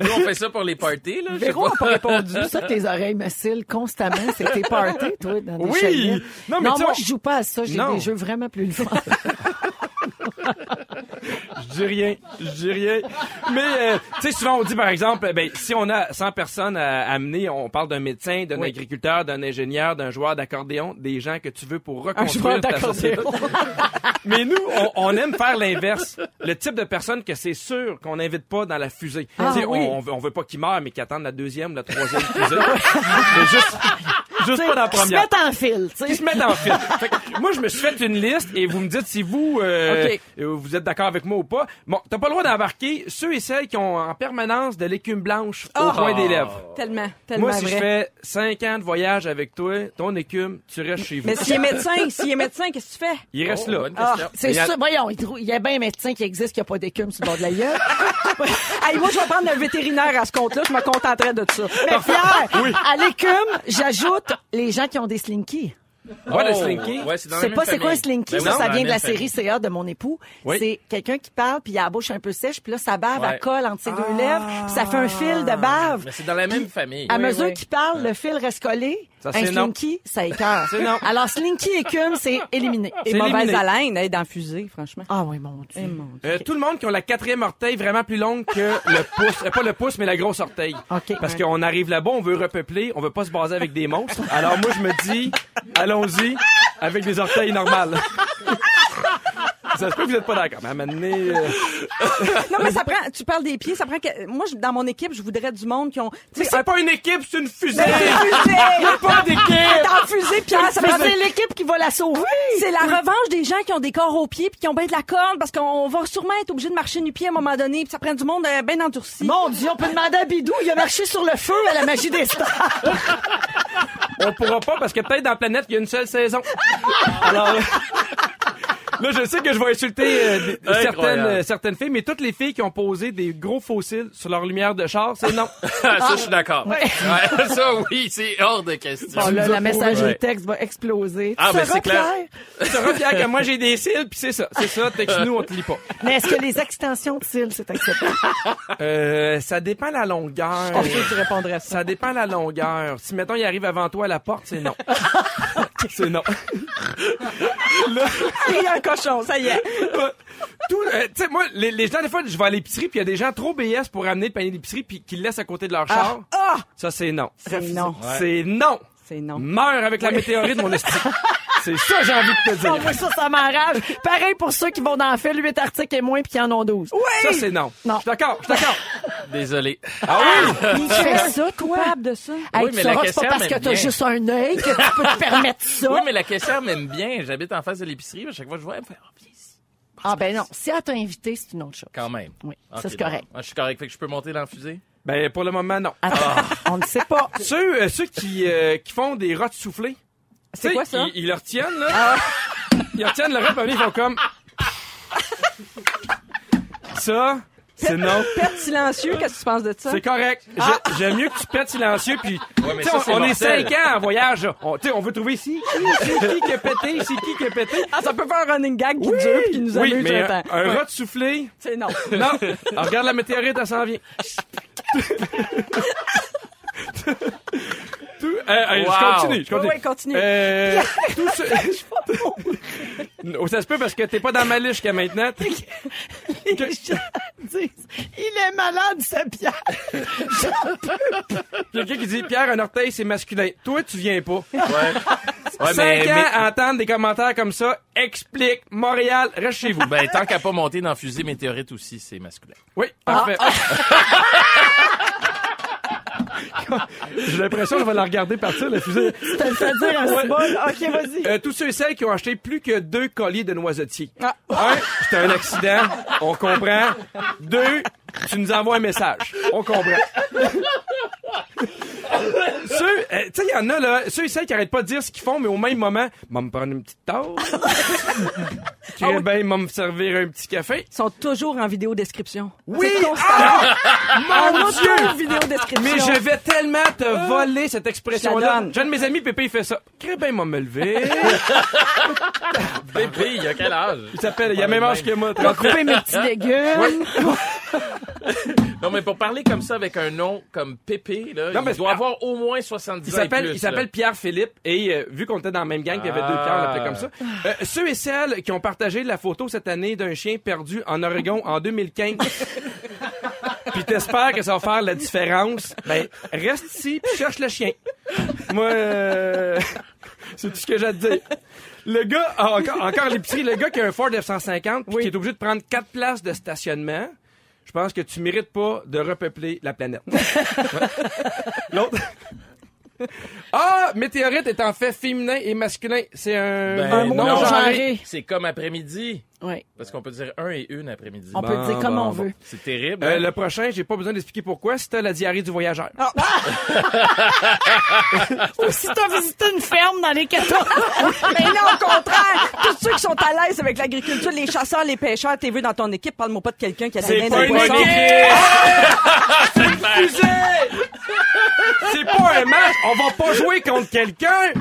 D: Nous, on fait ça pour les parties, là. je sais
C: Véro
D: pas.
C: n'a pas répondu. ça, tes oreilles me constamment. C'était party, toi, dans des
F: Oui!
C: chalets.
F: Non, mais tu sais,
C: moi,
F: on-
C: je joue pas à ça. J'ai
F: Non.
C: des jeux vraiment plus le
F: (laughs)
C: fun.
F: Je dis rien, je dis rien. Mais euh, tu sais souvent on dit par exemple ben si on a 100 personnes à amener, on parle d'un médecin, d'un agriculteur, d'un ingénieur, d'un joueur d'accordéon, des gens que tu veux pour reconstruire ta société. (laughs) Mais nous on, on aime faire l'inverse, le type de personne que c'est sûr qu'on n'invite pas dans la fusée. Tu sais,
C: oui.
F: on, on veut, on veut pas qu'ils meurent mais qu'ils attendent la deuxième, la troisième fusée. (laughs) Mais juste juste pas dans la
C: Qui se
F: première.
C: mettent en fil, tu sais.
F: Qui se mettent en fil. Fait que moi, je me suis fait une liste et vous me dites si vous euh,
B: OK.
F: euh, vous êtes d'accord avec moi ou pas. Bon, t'as pas le droit d'embarquer ceux et celles qui ont en permanence de l'écume blanche au coin des lèvres.
E: Tellement, tellement
F: Moi, si je
E: vrai.
F: fais 5 ans de voyage avec toi, ton écume, tu restes chez vous.
B: Mais s'il est médecin, s'il est médecin, qu'est-ce que tu fais?
F: Il reste
D: Oh,
F: là.
D: bonne
C: Ah,
D: question.
C: c'est
F: Il y a-
C: sûr. Voyons, il trou- il y a bien un médecin qui existe qui a pas d'écume sur le bord de la gueule. (laughs)
B: Hey, moi, je vais
E: (laughs)
B: prendre un vétérinaire à ce compte-là. Je me contenterai de ça.
C: Mais Pierre, à l'écume, j'ajoute les gens qui ont des slinkies.
F: Moi, le
D: Oh,
F: slinky,
D: ouais, c'est dans la
C: C'est
D: même
C: pas c'est quoi un
D: famille.
C: slinky,
D: Ben
C: ça,
D: non,
C: ça
D: dans
C: vient de la
D: même famille.
C: série CA de mon époux.
F: Oui.
C: C'est quelqu'un qui parle, puis il a la bouche un peu sèche, puis là, sa bave,
D: Ouais.
C: elle colle entre ses deux lèvres, puis ça fait un fil de bave.
D: Mais c'est dans la même famille.
C: À mesure
B: oui.
C: qu'il parle, le fil reste collé.
F: Ça,
C: un
F: c'est non.
C: slinky, ça écarte.
F: C'est non.
C: Alors, slinky écume, c'est éliminé.
B: Et
F: C'est
B: mauvaise
F: éliminé.
B: haleine, elle est dans la fusée, franchement.
C: Ah oui, mon Dieu.
F: euh, tout le monde qui a la quatrième orteil vraiment plus longue que le pouce, Euh, pas le pouce, mais la grosse orteil.
C: OK.
F: Parce qu'on arrive là-bas, on veut repeupler, on veut pas se baser avec des monstres. Alors moi, je me dis, allons-y avec des orteils normales. Ça se peut que vous n'êtes pas d'accord. Mais à un moment donné, euh,
B: Non, mais ça prend, tu parles des pieds, ça prend que, moi, je- dans mon équipe, je voudrais du monde qui ont, tu
F: mais
B: sais, un
F: c'est pas une équipe, c'est une
B: (laughs)
F: fusée.
B: fusée!
F: Il y a pas d'équipe.
B: T'as fusée, Pierre, ça
C: Mais
E: (laughs)
B: prend-
C: c'est l'équipe qui va la sauver.
B: C'est la revanche des gens qui ont des corps aux pieds puis qui ont bien de la corne parce qu'on va sûrement être obligé de marcher nu pied à un moment donné puis ça prend du monde euh, bien endurci.
C: Mon Dieu, on peut demander à Bidou, il a marché sur le feu à la magie
D: (laughs)
C: des stars.
F: On pourra pas parce que peut-être dans la planète, il y a une seule saison. Alors. euh, Là, je sais que je vais insulter euh, des-
D: Incroyable.
F: certaines, euh, certaines filles, mais toutes les filles qui ont posé des gros fossiles sur leur lumière de char, c'est non.
D: (laughs) ça, je suis d'accord.
C: Ah, Ouais.
D: Ouais, (laughs) ça, oui, c'est hors de question.
C: Bon, Oh là, la messagerie
D: Ouais.
C: texte va exploser.
D: Ah,
C: Tu
D: ben,
C: sauras,
D: c'est clair.
C: Pierre?
F: Tu reviens que moi, j'ai des cils, puis c'est ça. C'est ça, texte-nous, on te lit pas.
C: Mais est-ce que les extensions de cils, c'est acceptable?
F: Euh, ça dépend la longueur.
D: Ah,
B: tu répondrais à ça.
F: Ça dépend la longueur. Si, mettons, il arrive avant toi à la porte, c'est non. C'est non.
B: Il y a un cochon, ça
D: (laughs)
B: y est.
F: (laughs) Tout, euh, tu sais, moi, les, les gens, des fois, je vais à l'épicerie, puis il y a des gens trop BS pour amener le panier d'épicerie, puis qu'ils le laissent à côté de leur char.
B: Ah!
F: Ça, c'est non.
B: C'est non.
F: C'est non.
E: C'est non.
F: Meurs avec la météorite, mon esti. C'est ça, j'ai envie de te
C: Ah,
F: dire.
C: moi, ça, ça m'enrage. Pareil pour ceux qui vont dans le fil 8 articles et moins puis qui en ont 12.
F: Ça, c'est non.
C: Non.
F: Je suis d'accord, je suis d'accord.
D: Désolé.
F: Ah oui?
C: Tu fais ça, toi?
B: Coupable de ça.
C: Hey,
D: Oui,
C: tu
D: mais la
C: sauras que c'est
D: question
C: pas parce que
D: amène
C: t'as
D: bien.
C: juste un œil que tu peux
D: (laughs)
C: te permettre ça.
D: Oui, mais la caissière m'aime bien. J'habite en face de l'épicerie. mais À chaque fois, je vois, elle me fait, Ah, viens ici.
C: Ah ben non, si elle t'a invité, c'est une autre chose.
D: Quand même.
C: Oui,
D: Ok,
C: ça c'est
D: bon.
C: correct.
D: Ah, je suis correct. Fait que je peux monter dans le fusée.
F: Ben, pour le moment, non.
C: Attends,
D: Ah.
C: on ne sait pas.
F: Ceux, euh, ceux qui, euh, qui font des rottes soufflées.
E: C'est
F: tu sais,
E: quoi ça?
F: Ils, ils le retiennent, là. Ils retiennent le rot, puis ils font comme. Ça, c'est non.
B: Pète silencieux, qu'est-ce que tu penses de ça?
F: C'est correct. Je- J'aime mieux que tu pètes silencieux, puis.
D: Ah! mais
F: Tu sais,
D: ça,
F: on
D: c'est
F: on est
D: mortel.
F: 5 ans en voyage. là. On, tu sais, on veut trouver ici qui, c'est qui qui a pété, c'est qui qui a pété.
B: Ah, ça peut faire un running gag qui dure puis qui nous
F: oui,
B: amuse
F: mais
B: un
D: hein.
F: un,
B: temps.
F: un
B: Ouais.
F: rot soufflé,
B: C'est
D: (laughs)
B: non.
F: Non, Ah, regarde la météorite, elle s'en vient. Tout- euh, euh, Je
D: Wow.
F: continue, je continue.
B: Ouais, ouais, continue.
D: (laughs)
F: Euh, tout ce- (laughs) Ça se peut parce que t'es pas dans ma liste
D: (laughs)
F: jusqu'à maintenant.
C: Les gens disent, il est malade, ce Pierre.
F: Quelqu'un qui dit Pierre, un orteil, c'est masculin. Toi, tu viens pas.
D: Ouais. ouais,
F: Cinq
D: mais,
F: ans
D: mais-
F: à entendre des commentaires comme ça. Explique, Montréal, reste chez vous.
D: (laughs) Ben, tant qu'à pas monter dans le fusée météorite aussi, c'est masculin.
F: Oui, (laughs) parfait.
D: Ah, ah.
F: (laughs) J'ai l'impression qu'on va la regarder partir,
D: (laughs)
F: la fusée.
C: T'as fait dire un symbole. OK, vas-y.
F: Euh, tous ceux et celles qui ont acheté plus que deux colliers de noisetiers.
B: Ah.
F: Un, c'était un accident, on comprend. Deux, tu nous envoies un message, on comprend. ceux, euh, tu sais, il y en a là, ceux et celles qui arrêtent pas de dire ce qu'ils font, mais au même moment, va me prendre une petite
B: (laughs)
F: tasse. Tu
B: Ah
F: veux bien, va me servir un petit café.
B: Ils sont toujours en vidéo description.
F: Oui,
B: C'est constamment
F: ah, mon
B: en
F: Dieu!
B: vidéo description.
F: Mais je vais tellement te voler cette
B: Ah. je la
F: expression-là.
B: donne.
F: J'ai un de mes amis, Pépé, il fait ça. Crée ben, m'a me lever.
D: Bébé, il y a quel âge?
F: Il s'appelle, il a même âge que moi.
C: Je vais couper mes petits légumes.
D: Non, mais pour parler comme ça avec un nom comme Pépé, là,
F: Non, mais-
D: il doit avoir au moins 70 ans.
F: Il
D: et
F: s'appelle,
D: plus,
F: il s'appelle
D: là.
F: Pierre Philippe et euh, vu qu'on était dans la même gang, qu'il y avait deux Pierre, on l'appelait comme ça.
D: Ah.
F: Euh, ceux et celles qui ont partagé la photo cette année d'un chien perdu en Oregon en 2015.
D: (laughs)
F: puis t'espères que ça va faire la différence. Ben reste ici puis cherche le chien. Moi, euh, (laughs) c'est tout ce que j'ai à te dire. Le gars, ah, encore, encore l'épicerie, le gars qui a un Ford F-150 puis qui est obligé de prendre quatre places de stationnement. Je pense que tu mérites pas de repeupler la planète. L'autre. Ah, météorite est en fait féminin et masculin. C'est un,
D: Ben,
F: un
C: mot non genré.
D: C'est comme après-midi.
C: Oui,
D: Parce qu'on peut dire un et une après-midi.
C: on peut le dire
F: Bon,
C: comme
F: bon,
C: on
F: bon.
C: veut.
D: C'est terrible.
F: Euh,
D: hein?
F: le prochain, j'ai pas besoin d'expliquer pourquoi, c'était la diarrhée du voyageur.
C: Ou si t'as visité une ferme dans les 14...
B: (laughs) Mais là, au contraire, tous ceux qui sont à l'aise avec l'agriculture, les chasseurs, les pêcheurs, t'es vu dans ton équipe, parle-moi pas de quelqu'un qui a des mains dans le poisson.
F: (laughs) Excusez! C'est pas un match! On va pas jouer contre quelqu'un!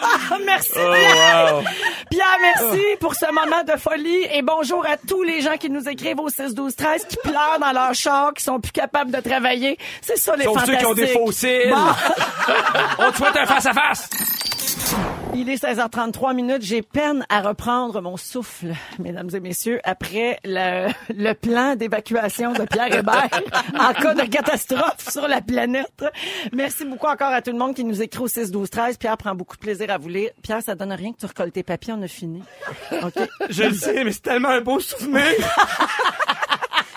C: Ah, (laughs) merci,
D: Oh,
F: Euh.
C: Pierre.
D: wow.
C: Pierre, merci pour ce moment de folie et bonjour à tous les gens qui nous écrivent au 6 12 13 qui pleurent dans leur char, qui sont plus capables de travailler. C'est ça les
F: Sauf ceux
C: fantastiques.
F: qui ont des fossiles! On te souhaite un face-à-face!
C: Il est 16h33 minutes, j'ai peine à reprendre mon souffle, mesdames et messieurs, après le, le plan d'évacuation de Pierre Hébert en cas de catastrophe sur la planète. Merci beaucoup encore à tout le monde qui nous écrit au 6 12 13. Pierre prend beaucoup de plaisir à vous lire. Pierre, ça donne rien que tu recolles tes papiers, on a fini. OK.
F: Je le sais, mais c'est tellement un beau souvenir!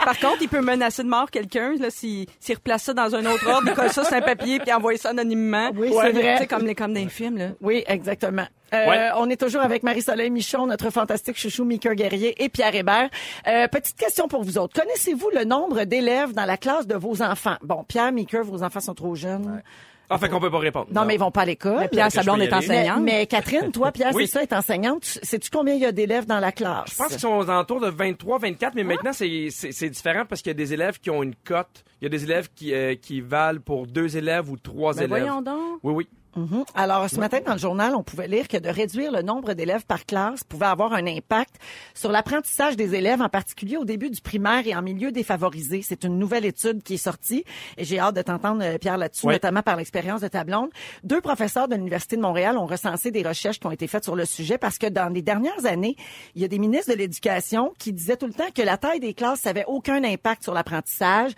B: Par contre, il peut menacer de mort quelqu'un là, s'il s'il replace ça dans un autre ordre, il colle ça sur un papier puis il envoie ça anonymement.
C: Oui, c'est vrai.
B: C'est comme les comme dans les films là.
C: Oui, exactement. Euh,
F: Ouais.
C: On est toujours avec Marie-Soleil Michon, notre fantastique chouchou Mika Guerrier et Pierre Hébert. Euh, petite question pour vous autres. Connaissez-vous le nombre d'élèves dans la classe de vos enfants? Bon, Pierre, Mika, vos enfants sont trop jeunes.
F: Ah, fait qu'on peut pas répondre.
C: Non, mais ils vont pas à l'école.
B: Pierre
D: que je
B: Sablon
D: peux y
B: est
D: aller?
C: Mais,
B: enseignante.
C: mais Catherine, toi, Pierre,
F: Oui.
C: c'est ça, est enseignante. Tu- Sais-tu combien il y a d'élèves dans la classe?
F: Je pense qu'ils sont aux alentours de 23, 24, mais maintenant, c'est- c'est c'est différent parce qu'il y a des élèves qui ont une cote. Il y a des élèves qui, euh, qui valent pour deux élèves ou trois
B: Mais
F: élèves.
B: Ben, voyons donc.
F: Oui, oui.
C: Mhm. Alors, ce matin, dans le journal, on pouvait lire que de réduire le nombre d'élèves par classe pouvait avoir un impact sur l'apprentissage des élèves, en particulier au début du primaire et en milieu défavorisé. C'est une nouvelle étude qui est sortie et j'ai hâte de t'entendre, euh, Pierre, là-dessus,
D: Oui.
C: notamment par l'expérience de ta blonde. Deux professeurs de l'Université de Montréal ont recensé des recherches qui ont été faites sur le sujet parce que dans les dernières années, il y a des ministres de l'Éducation qui disaient tout le temps que la taille des classes n'avait aucun impact sur l'apprentissage.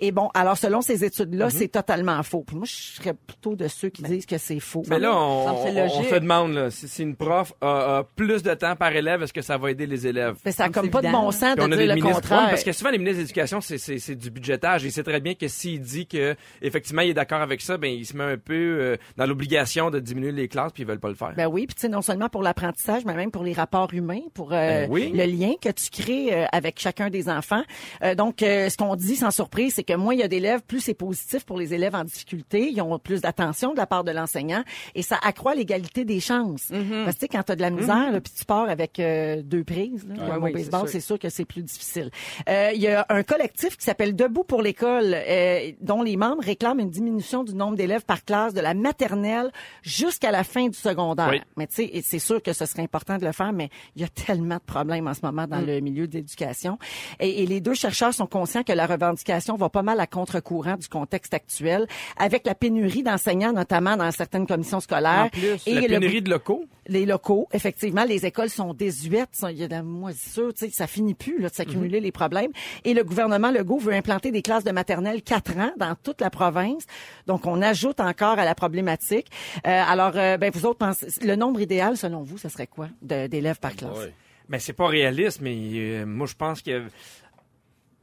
C: Et bon, alors, selon ces
F: Mhm.
C: études-là, c'est totalement faux. Puis moi, je serais plutôt de ceux qui disent que c'est faux.
F: Mais Ben, là, on,
E: semble que c'est
F: on-
E: logique.
F: on se demande là, si, si une prof a, a plus de temps par élève, est-ce que ça va aider les élèves?
C: Mais ça n'a
E: Donc,
C: comme
E: c'est
C: pas de
E: évident.
C: bon sens
F: Puis
C: de
F: on a des
C: dire le
F: ministres
C: contraire.
F: contre, parce que souvent les ministres de l'éducation c'est, c'est, c'est du budgétage et c'est très bien que s'il dit que effectivement il est d'accord avec ça ben il se met un peu euh, dans l'obligation de diminuer les classes puis ils veulent pas le faire.
C: Ben oui, puis tu sais, non seulement pour l'apprentissage, mais même pour les rapports humains, pour euh,
F: Ben oui.
C: le lien que tu crées euh, avec chacun des enfants. Euh, donc, euh, ce qu'on dit sans surprise, c'est que moins il y a d'élèves, plus c'est positif pour les élèves en difficulté. Ils ont plus d'attention de la part de l'enseignant et ça accroît l'égalité des chances. Parce que tu sais, quand tu as de la misère, là, puis tu pars avec euh, deux prises, là, comme au
E: oui, c'est
C: baseball,
E: sûr.
C: c'est sûr que c'est plus difficile. Euh, Il y a un collectif qui s'appelle Debout pour l'école, euh, dont les membres réclament une diminution du nombre d'élèves par classe de la maternelle jusqu'à la fin du secondaire.
F: Oui.
C: Mais tu sais, et c'est sûr que ce serait important de le faire, mais il y a tellement de problèmes en ce moment dans le milieu de l'éducation. Et, et les deux chercheurs sont conscients que la revendication va pas mal à contre-courant du contexte actuel, avec la pénurie d'enseignants, notamment dans certaines commissions scolaires.
E: En plus,
C: hein, et
F: la
C: le-
F: pénurie de locaux.
C: les locaux, effectivement, les écoles sont désuètes, ça, il y a de la moisissure, tu sais, ça finit plus là, de s'accumuler les problèmes. Et le gouvernement Legault veut implanter des classes de maternelle 4 ans dans toute la province. Donc, on ajoute encore à la problématique. Euh, alors, euh, ben, vous autres, pensez, le nombre idéal, selon vous, ce serait quoi de- d'élèves par classe?
F: Mais ben, c'est pas réaliste mais euh, moi je pense que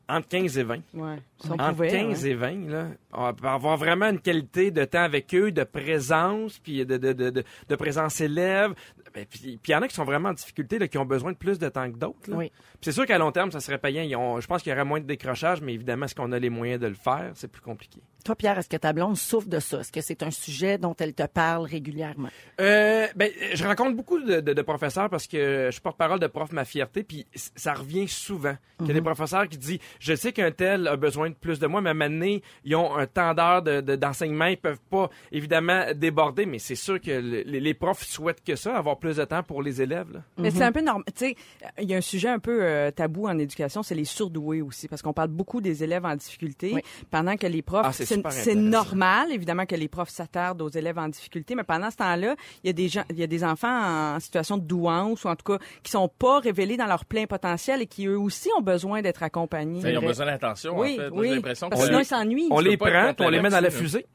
F: entre 15 et 20
E: Ouais. Si on
F: entre
E: pouvait,
F: 15
C: hein.
E: ouais.
F: et 20, là, on va avoir vraiment une qualité de temps avec eux, de présence, puis de, de, de, de- de présence élève. Ben, Puis puis il y en a qui sont vraiment en difficulté, là, qui ont besoin de plus de temps que d'autres. là.
C: Oui.
F: Puis C'est sûr qu'à long terme, ça serait payant. Ils ont- je pense qu'il y aurait moins de décrochage, mais évidemment, est-ce qu'on a les moyens de le faire? C'est plus compliqué.
C: Toi, Pierre, est-ce que ta blonde souffre de ça? Est-ce que c'est un sujet dont elle te parle régulièrement?
F: Euh, ben, je rencontre beaucoup de, de- de professeurs parce que je suis porte-parole de prof ma fierté, puis c- ça revient souvent. Il y a des professeurs qui disent Je sais qu'un tel a besoin de plus de moi, mais à un moment donné, ils ont un temps d'heure de- de- d'enseignement, ils peuvent pas évidemment déborder, mais c'est sûr que le- les, les profs souhaitent que ça, avoir plus de temps pour les élèves. là.
G: Mais c'est un peu normal. Tu sais, il y a un sujet un peu euh, tabou en éducation, c'est les surdoués aussi, parce qu'on parle beaucoup des élèves en difficulté,
C: Oui.
G: pendant que les profs,
F: Ah, c'est
G: c'est
F: super
G: c'est
F: intéressant.
G: normal, évidemment, que les profs s'attardent aux élèves en difficulté, mais pendant ce temps-là, il y a des gens, il y a des enfants en situation de douance, ou en tout cas, qui sont pas révélés dans leur plein potentiel et qui eux aussi ont besoin d'être accompagnés.
D: Ils ont besoin d'attention,
G: oui,
D: en fait. Moi,
G: oui.
D: J'ai l'impression
G: parce que
D: qu'on
G: sinon,
D: les-
G: ils s'ennuient.
F: On
D: tu peux
F: les
D: pas être
F: prend,
D: contre
F: puis on les
D: la
F: met dans la
D: vaccine,
F: fusée.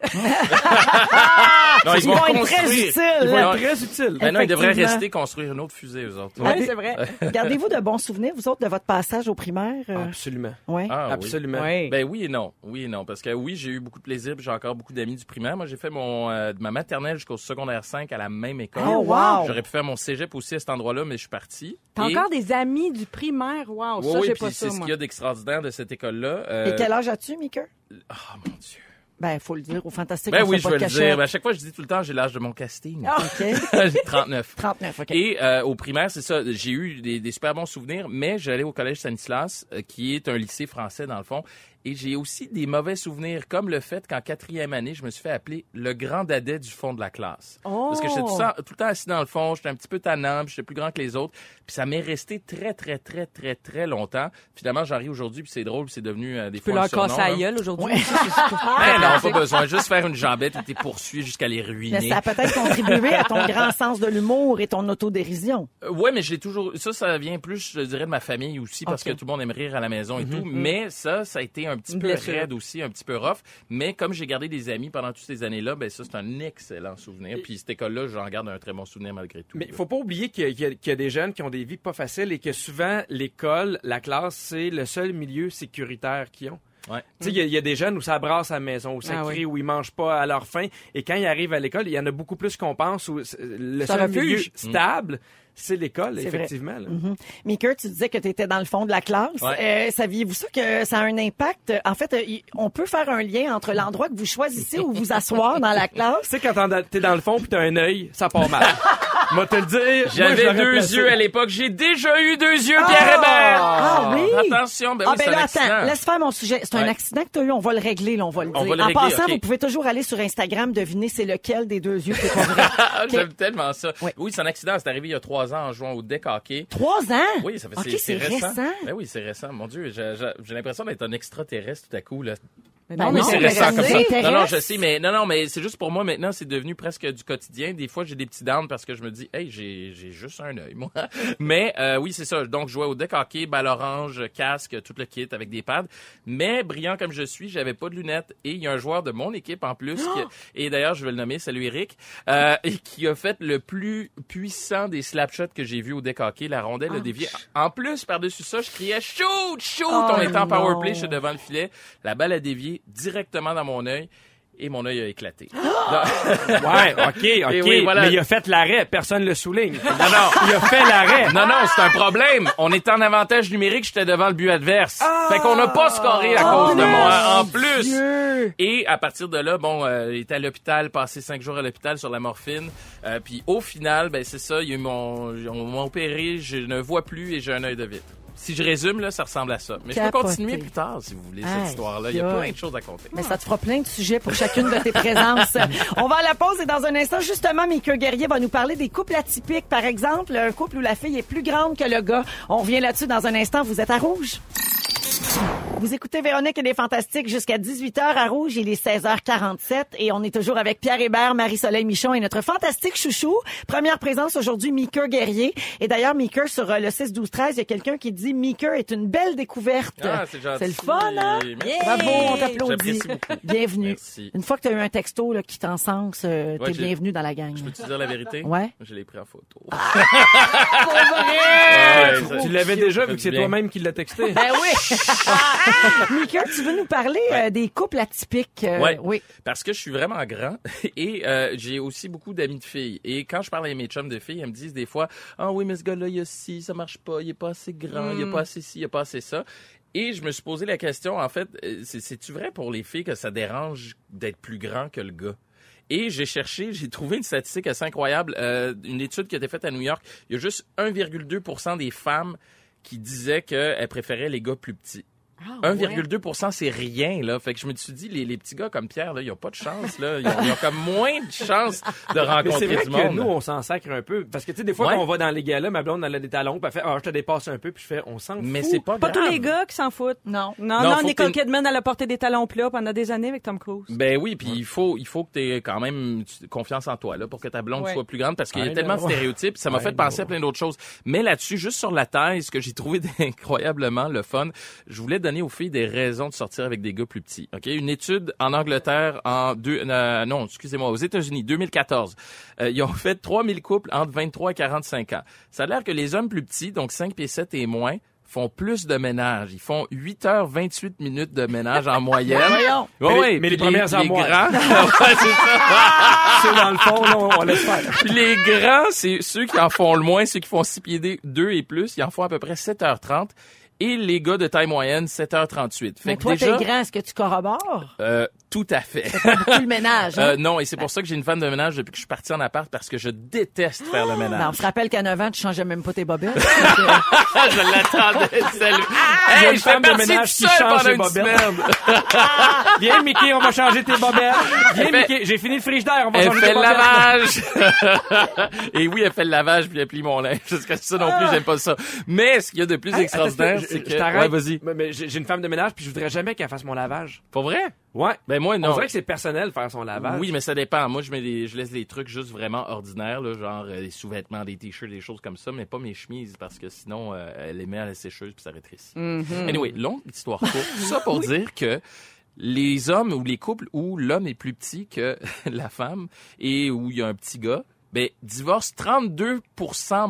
D: Non,
C: Ils vont être très
D: construire.
C: utiles.
D: Ils
F: Ils
D: vont
F: vont
D: être
F: être très utiles.
D: Ben non, ils devraient
C: Effectivement.
D: rester construire une autre fusée, eux autres.
G: Ah Oui, c'est
D: (laughs)
G: vrai.
C: Gardez-vous de bons souvenirs, vous autres, de votre passage au primaire? euh?
F: Absolument.
C: Ouais.
D: Ah, oui.
F: Absolument.
G: Oui.
D: Ben oui et non, oui et non, parce que oui j'ai eu beaucoup de plaisir, puis j'ai encore beaucoup d'amis du primaire. Moi j'ai fait mon euh, de ma maternelle jusqu'au secondaire 5 à la même école.
C: Oh, wow!
D: ah, J'aurais pu faire mon cégep aussi à cet endroit-là, mais je suis parti.
G: T'as
D: Et-
G: encore des amis du primaire, wow,
D: Oui,
G: ça,
D: oui,
G: j'ai
D: puis
G: pas
D: c'est
G: ça,
D: ce
G: moi.
D: qu'il y a d'extraordinaire de cette école-là. Euh,
C: Et quel âge as-tu, Mika?
D: Oh mon Dieu.
C: Ben, faut le dire, au fantastique,
D: Ben
C: on
D: oui,
C: sait
D: je
C: pas
D: vais
C: de
D: le
C: cachette. Ah,
D: dire. Ben, à chaque fois, je dis tout le temps, j'ai l'âge de mon casting.
C: OK.
D: (laughs) j'ai 39.
C: 39, OK.
D: Et euh, au primaire, c'est ça, j'ai eu des, des super bons souvenirs, mais j'allais au collège Stanislas, euh, qui est un lycée français dans le fond, et j'ai aussi des mauvais souvenirs, comme le fait qu'en quatrième année, je me suis fait appeler le grand dadet du fond de la classe. Parce que j'étais
G: Oh!
D: tout, le temps- tout le temps assis dans le fond, j'étais un petit peu tannant, puis j'étais plus grand que les autres, puis ça m'est resté très, très, très, très, très longtemps. Finalement, j'en ris aujourd'hui, puis c'est drôle, puis c'est devenu euh, des
G: Tu peux
D: fois un
G: leur
D: surnom.
G: casser la
D: hein.
G: gueule aujourd'hui.
D: (laughs)
C: Ah!
D: Ben non, pas besoin, juste faire une jambette et t'es poursuivi jusqu'à les ruiner.
C: Mais ça a peut-être contribué à ton grand sens de l'humour et ton autodérision.
D: Euh, Ouais, mais j'ai toujours ça ça vient plus je dirais de ma famille aussi parce
C: Ok. Mhm.
D: que tout le monde aime rire à la maison et tout, mais ça ça a été un petit
G: Une
D: peu
G: blessure.
D: raide aussi, un petit peu rough, mais comme j'ai gardé des amis pendant toutes ces années-là, ben ça c'est un excellent souvenir. Puis cette école-là, j'en garde un très bon souvenir malgré tout.
F: Mais il
D: là.
F: faut pas oublier qu'il y, a- qu'il y a- qu'il y a des jeunes qui ont des vies pas faciles et que souvent, l'école, la classe, c'est le seul milieu sécuritaire qu'ils ont.
D: Ouais.
F: Tu sais, il y a- il y, a des jeunes où ça brasse à la maison, où ça
G: Ah oui.
F: crie, où ils mangent pas à leur faim. Et quand ils arrivent à l'école, il y en a beaucoup plus qu'on pense. Où c'est- le
G: C'est un
F: seul
G: refuge.
F: milieu
D: Mm.
F: stable, c'est l'école,
C: C'est vrai. Mm-hmm.
F: effectivement. là.
C: Mika, Mhm. tu disais que tu étais dans le fond de la classe.
D: Ouais.
C: Euh, Saviez-vous ça que ça a un impact? En fait, euh, y- on peut faire un lien entre l'endroit
D: (laughs)
C: que vous choisissez où vous asseoir dans la classe.
F: Tu sais, quand t'en- t'es dans le fond puis t'as un œil, ça part mal.
H: Moi, te le dire. moi, je
D: J'avais
H: l'aurais
D: deux
H: placé.
D: yeux à l'époque. J'ai déjà eu deux yeux, Pierre Hébert.
C: Ah oui?
D: Attention, ben
C: ah
D: oui,
C: ben
D: c'est
C: là,
D: un
C: attends,
D: accident.
C: laisse faire mon sujet. C'est un
D: Ouais.
C: accident que tu as eu, on va le régler, là, on va le dire.
D: On va le
C: en
D: régler,
C: passant,
D: ok.
C: vous pouvez toujours aller sur Instagram, deviner c'est lequel des deux yeux qui est pas
D: (laughs)
C: vrai.
D: Ah,
C: Ok.
D: J'aime tellement ça.
C: Ouais.
D: Oui, c'est un accident. C'est arrivé il y a trois ans en jouant au deck hockey.
C: Trois ans?
D: Oui, ça fait
C: Ok, c'est récent.
D: Ben oui, c'est récent. Mon Dieu, j'ai j'ai- j'ai l'impression d'être un extraterrestre tout à coup. Là.
C: Ben
G: non,
D: Oui,
G: mais
D: c'est
C: mais
D: récent
C: je
D: comme ça.
C: sais.
D: Non, non, je sais, mais non, non, mais c'est juste pour moi maintenant, c'est devenu presque du quotidien. Des fois, j'ai des petits downs parce que je me dis, hey, j'ai j'ai juste un œil, moi. Mais euh, oui, c'est ça. Donc, je jouais au deck hockey, balle orange, casque, tout le kit avec des pads. Mais brillant comme je suis, j'avais pas de lunettes et il y a un joueur de mon équipe en plus, qui- et d'ailleurs, je vais le nommer, salut Eric, euh, et qui a fait le plus puissant des slapshots que j'ai vu au deck hockey. La rondelle a dévié. En plus, par-dessus ça, je criais shoot, shoot, on était en power play, je suis devant le filet. La balle a dévié directement dans mon œil. Et mon œil a éclaté. Non.
H: Ouais, OK,
D: (laughs) Et
H: OK.
D: oui, voilà.
H: Mais il a fait l'arrêt. Personne le
D: (laughs)
H: souligne.
D: non, non.
H: Il a fait l'arrêt.
D: Non, non, c'est un problème. On est en avantage numérique, j'étais devant le but adverse.
H: Ah!
D: Fait qu'on n'a pas scoré à cause de
H: Oh,
D: moi en plus. Et à partir de là, bon, euh, il était à l'hôpital, passé cinq jours à l'hôpital sur la morphine. Euh, puis au final, ben c'est ça, ils m'ont, on m'a opéré, je ne vois plus et j'ai un œil de vitre. Si je résume, là, ça ressemble à ça. Mais je peux
C: Capoté.
D: continuer plus tard, si vous voulez, cette
C: Aïe,
D: histoire-là. Il y a
C: aïe.
D: plein de choses à compter.
C: Mais ça te fera plein de sujets pour chacune de tes présences. On va à la pause et dans un instant, justement, Mika Guerrier va nous parler des couples atypiques. Par exemple, un couple où la fille est plus grande que le gars. On revient là-dessus dans un instant. Vous êtes à rouge. Vous écoutez Véronique et les Fantastiques jusqu'à 18h à Rouge. Il est 16h47 et on est toujours avec Pierre Hébert, Marie-Soleil Michon et notre fantastique chouchou. Première présence aujourd'hui, Mika Guerrier. Et d'ailleurs, Mika, sur euh, le 6-12-13, il y a quelqu'un qui dit « Mika est une belle découverte
D: Ah, c'est gentil.
C: C'est le fun, hein?
D: Merci.
C: Bravo, on t'applaudit.
D: J'apprécie beaucoup.
C: Bienvenue.
D: Merci.
C: Une fois que tu as eu un texto là, qui t'encense, euh,
D: Ouais,
C: t'es
D: j'ai-
C: bienvenue dans la gang.
D: Je peux-tu dire la vérité?
C: Ouais. Ah.
D: Je l'ai pris en photo.
H: Euh,
D: Ouais, ça-
H: tu l'avais déjà vu que c'est
D: Bien.
H: toi-même qui l'as
D: (laughs)
H: texté.
C: Ben oui! Mika, tu veux nous parler euh, des couples atypiques? euh,
D: Ouais.
C: Oui.
D: Parce que je suis vraiment grand (laughs) et euh, j'ai aussi beaucoup d'amis de filles. Et quand je parle à mes chums de filles, elles me disent des fois Ah oui, mais ce gars-là, il a ci, ça marche pas, il est pas assez grand, il a
H: Hmm.
D: pas assez ci, il a pas assez ça. Et je me suis posé la question, en fait, euh, c'est- c'est-tu vrai pour les filles que ça dérange d'être plus grand que le gars? Et j'ai cherché, (laughs) j'ai trouvé une statistique assez incroyable, euh, une étude qui a été faite à New York. Il y a juste 1,2 des femmes qui disaient qu'elles préféraient les gars plus petits.
H: Ah,
D: 1,2 c'est rien là. Fait que je me suis dit les, les petits gars comme Pierre là, ils ont pas de chance là, ils ont, ils ont comme moins de chance
H: Mais
D: de
H: c'est
D: rencontrer
H: vrai
D: du
H: que
D: monde.
H: nous, on s'en sacre un peu. Parce que, tu sais, des fois,
D: Ouais.
H: quand on va dans les galas, ma blonde, elle a des talons, puis elle fait, ah, je te dépasse un peu, puis je fais, on s'en
D: Mais
H: fout.
D: c'est pas,
G: Pas tous
D: grave.
G: les gars qui s'en foutent.
C: Non.
G: Non,
D: Non,
G: non,
D: faut
G: Nicole
D: que t'aies-
G: Kidman, elle a porté des talons plats pendant des années avec Tom Cruise.
D: Ben oui, puis il faut il faut que tu aies quand même tu- confiance en toi là pour que ta blonde
G: Ouais.
D: soit plus grande parce qu'il y
H: I
D: a tellement de
H: know.
D: stéréotypes, ça m'a
H: I
D: fait penser à
H: know.
D: plein d'autres choses. Mais là-dessus juste sur la taille, ce que j'ai trouvé (laughs) incroyablement le fun, je voulais donner aux filles des raisons de sortir avec des gars plus petits. OK, une étude en Angleterre en deux euh, non, excusez-moi, aux États-Unis 2014. Euh, ils ont (laughs) fait 3000 couples entre 23 et 45 ans. Ça a l'air que les hommes plus petits, donc 5 pieds 7 et moins, font plus de ménage. Ils font 8h28 minutes de ménage en moyenne.
C: Ben Voyons.
D: Ouais,
H: Mais
D: ouais,
H: les- mais les
D: puis
H: premières armoires.
D: grands-
H: (laughs)
D: Ouais, c'est ça.
H: C'est dans le fond, là, on, on laisse faire.
D: (laughs) Puis les grands, c'est ceux qui en font le moins, ceux qui font 6 pieds 2 et plus, ils en font à peu près 7h30. Et les gars de taille moyenne, 7h38. Fait
C: Mais
D: que
C: toi,
D: déjà,
C: t'es grand, est-ce que tu corrobores?
D: euh, tout à fait. (laughs)
C: Tout le ménage. hein?
D: Euh, non, et c'est pour ça que j'ai une femme de ménage depuis que je suis parti en appart parce que je déteste faire
H: Ah,
D: le ménage. (laughs)
C: Non, Ben, on se rappelle qu'à 9 ans, tu changeais même pas tes bobettes. euh,
D: Ah, je l'attendais,
H: (laughs)
D: celle-là.
H: Il y a
D: Hey,
H: une
D: je fais
H: femme de
D: partie
H: ménage qui
D: tout seul
H: change
D: pendant
H: ses
D: une
H: bobettes. (laughs)
D: semaine.
H: Viens, Mickey, on va changer tes bobettes. Viens,
D: Elle fait-
H: Mickey, j'ai fini le frigidaire, on va
D: Elle
H: changer
D: fait
H: tes
D: le
H: bobettes. (laughs)
D: lavage. et oui, elle fait le lavage puis elle plie mon linge. (laughs) Parce que ça non plus, j'aime pas ça. Mais ce qu'il y a de plus
H: Ah. Hey,
D: extraordinaire,
H: attends, je-
D: c'est
H: je
D: que...
H: t'arrête.
D: Ouais, vas-y.
H: Mais- mais j'ai j'ai une femme de ménage, puis je voudrais jamais qu'elle fasse mon lavage.
D: Pour vrai?
H: Ouais.
D: Ben moi,
H: On
D: non.
H: dirait que c'est personnel faire son lavage.
D: Oui, mais ça dépend. Moi, je mets des, je laisse des trucs juste vraiment ordinaires, là, genre euh, des sous-vêtements, des t-shirts, des choses comme ça, mais pas mes chemises parce que sinon, euh, elle les met à la sécheuse puis ça rétrécit. Mm-hmm.
H: Mm.
D: Anyway, longue
H: (laughs)
D: histoire courte. Tout ça pour dire que les hommes ou les couples où l'homme est plus petit que (laughs) la femme et où il y a un petit gars, ben divorcent 32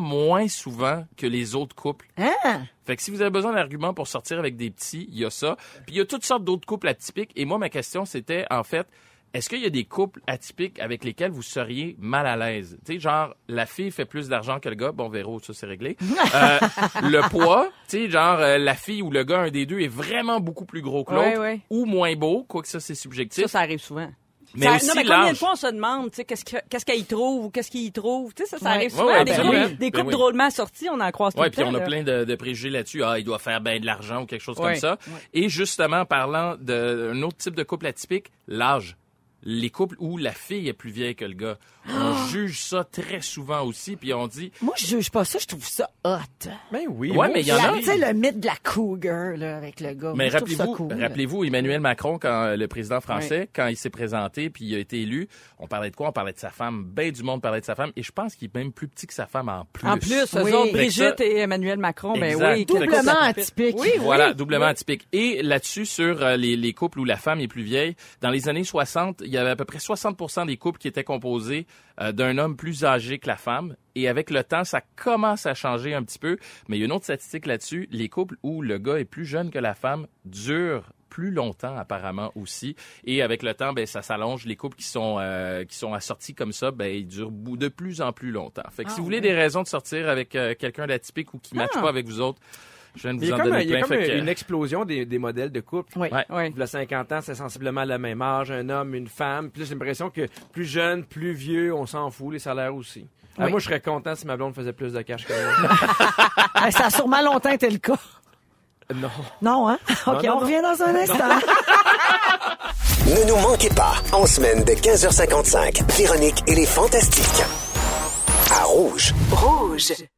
D: moins souvent que les autres couples.
C: Hein?
D: Fait que si vous avez besoin d'arguments pour sortir avec des petits, il y a ça. Puis il y a toutes sortes d'autres couples atypiques. Et moi, ma question, c'était, en fait, est-ce qu'il y a des couples atypiques avec lesquels vous seriez mal à l'aise? Tu sais, genre, la fille fait plus d'argent que le gars. Bon, Véro, ça, c'est
E: (laughs)
D: réglé. Euh, le poids, tu sais, genre, euh, la fille ou le gars, un des deux, est vraiment beaucoup plus gros que l'autre.
G: Ouais, ouais.
D: Ou moins beau, quoique ça, c'est subjectif.
G: Ça, ça arrive souvent.
D: Mais
E: Ça-
D: aussi
E: non, mais combien de
D: l'âge.
E: fois on se demande, tu sais, qu'est-ce que- qu'est-ce qu'elle y trouve ou qu'est-ce qu'il y trouve? Tu sais, ça, ça
I: Ouais.
E: arrive
D: Ouais,
E: souvent.
D: ouais,
E: des
D: absolument.
E: couples,
D: Ben
E: des couples
D: oui.
E: drôlement sortis, on en croise tout
D: Ouais,
E: le temps.
D: puis on a
E: là.
D: plein de, de préjugés là-dessus. Ah, il doit faire bien de l'argent ou quelque chose
E: Ouais.
D: comme ça. Et justement, parlant d'un autre type de couple atypique, l'âge. Les couples où la fille est plus vieille que le gars.
E: (gasps)
D: On juge ça très souvent aussi, puis on dit
C: Moi, je juge pas ça, je trouve ça hot.
F: Ben oui.
D: Ouais, mais il y en
C: La-
D: a.
C: Tu sais, le mythe de la cougar, là, avec le
E: Oh,
C: gars.
D: Mais
C: Moi, je trouve
D: rappelez-vous,
C: ça cool.
D: rappelez-vous Emmanuel Macron quand euh, le président français, quand il s'est présenté puis il a été élu, on parlait de quoi On parlait de sa femme, ben du monde parlait de sa femme et je pense qu'il est même plus petit que sa femme en plus.
E: En plus, eux
D: Oui.
E: autres,
D: Fait que
E: Brigitte
D: ça-
E: et Emmanuel Macron, ben
D: Exact.
E: oui.
D: Double-
E: quel couple
C: Doublement
E: atypique.
C: atypique.
E: Oui,
D: voilà, doublement atypique. Et là-dessus, sur euh, les, les couples où la femme est plus vieille, dans les années 60, il y avait à peu près 60 des couples qui étaient composés euh, d'un homme plus âgé que la femme. Et avec le temps, ça commence à changer un petit peu. Mais il y a une autre statistique là-dessus. Les couples où le gars est plus jeune que la femme durent plus longtemps apparemment aussi et avec le temps ben ça s'allonge les couples qui sont euh, qui sont assortis comme ça ben ils durent bou- de plus en plus longtemps fait
F: Ah,
D: que si vous voulez des raisons de sortir avec euh, quelqu'un d'atypique ou qui ne matche pas avec vous autres je viens de
F: Il y
D: vous
F: a
D: en
F: comme,
D: donner
F: un- il y a
D: plein
F: comme
D: fait que-
F: une explosion des, des modèles de couple.
C: Oui.
D: Ouais.
E: Ouais.
F: Le 50 ans, c'est sensiblement le même âge, un homme, une femme. Puis là, j'ai l'impression que plus jeune, plus vieux, on s'en fout, les salaires aussi. Ah, moi, je serais content si ma blonde faisait plus de cash que
D: (laughs)
F: moi.
C: Ah, Ça a sûrement longtemps été le cas.
F: non.
C: Non, hein?
F: Non,
C: é? OK,
F: non,
C: on
F: non.
C: revient dans un instant.
A: Ne nous manquez pas, en semaine de 15h55, Véronique et les Fantastiques. À Rouge.
J: Rouge.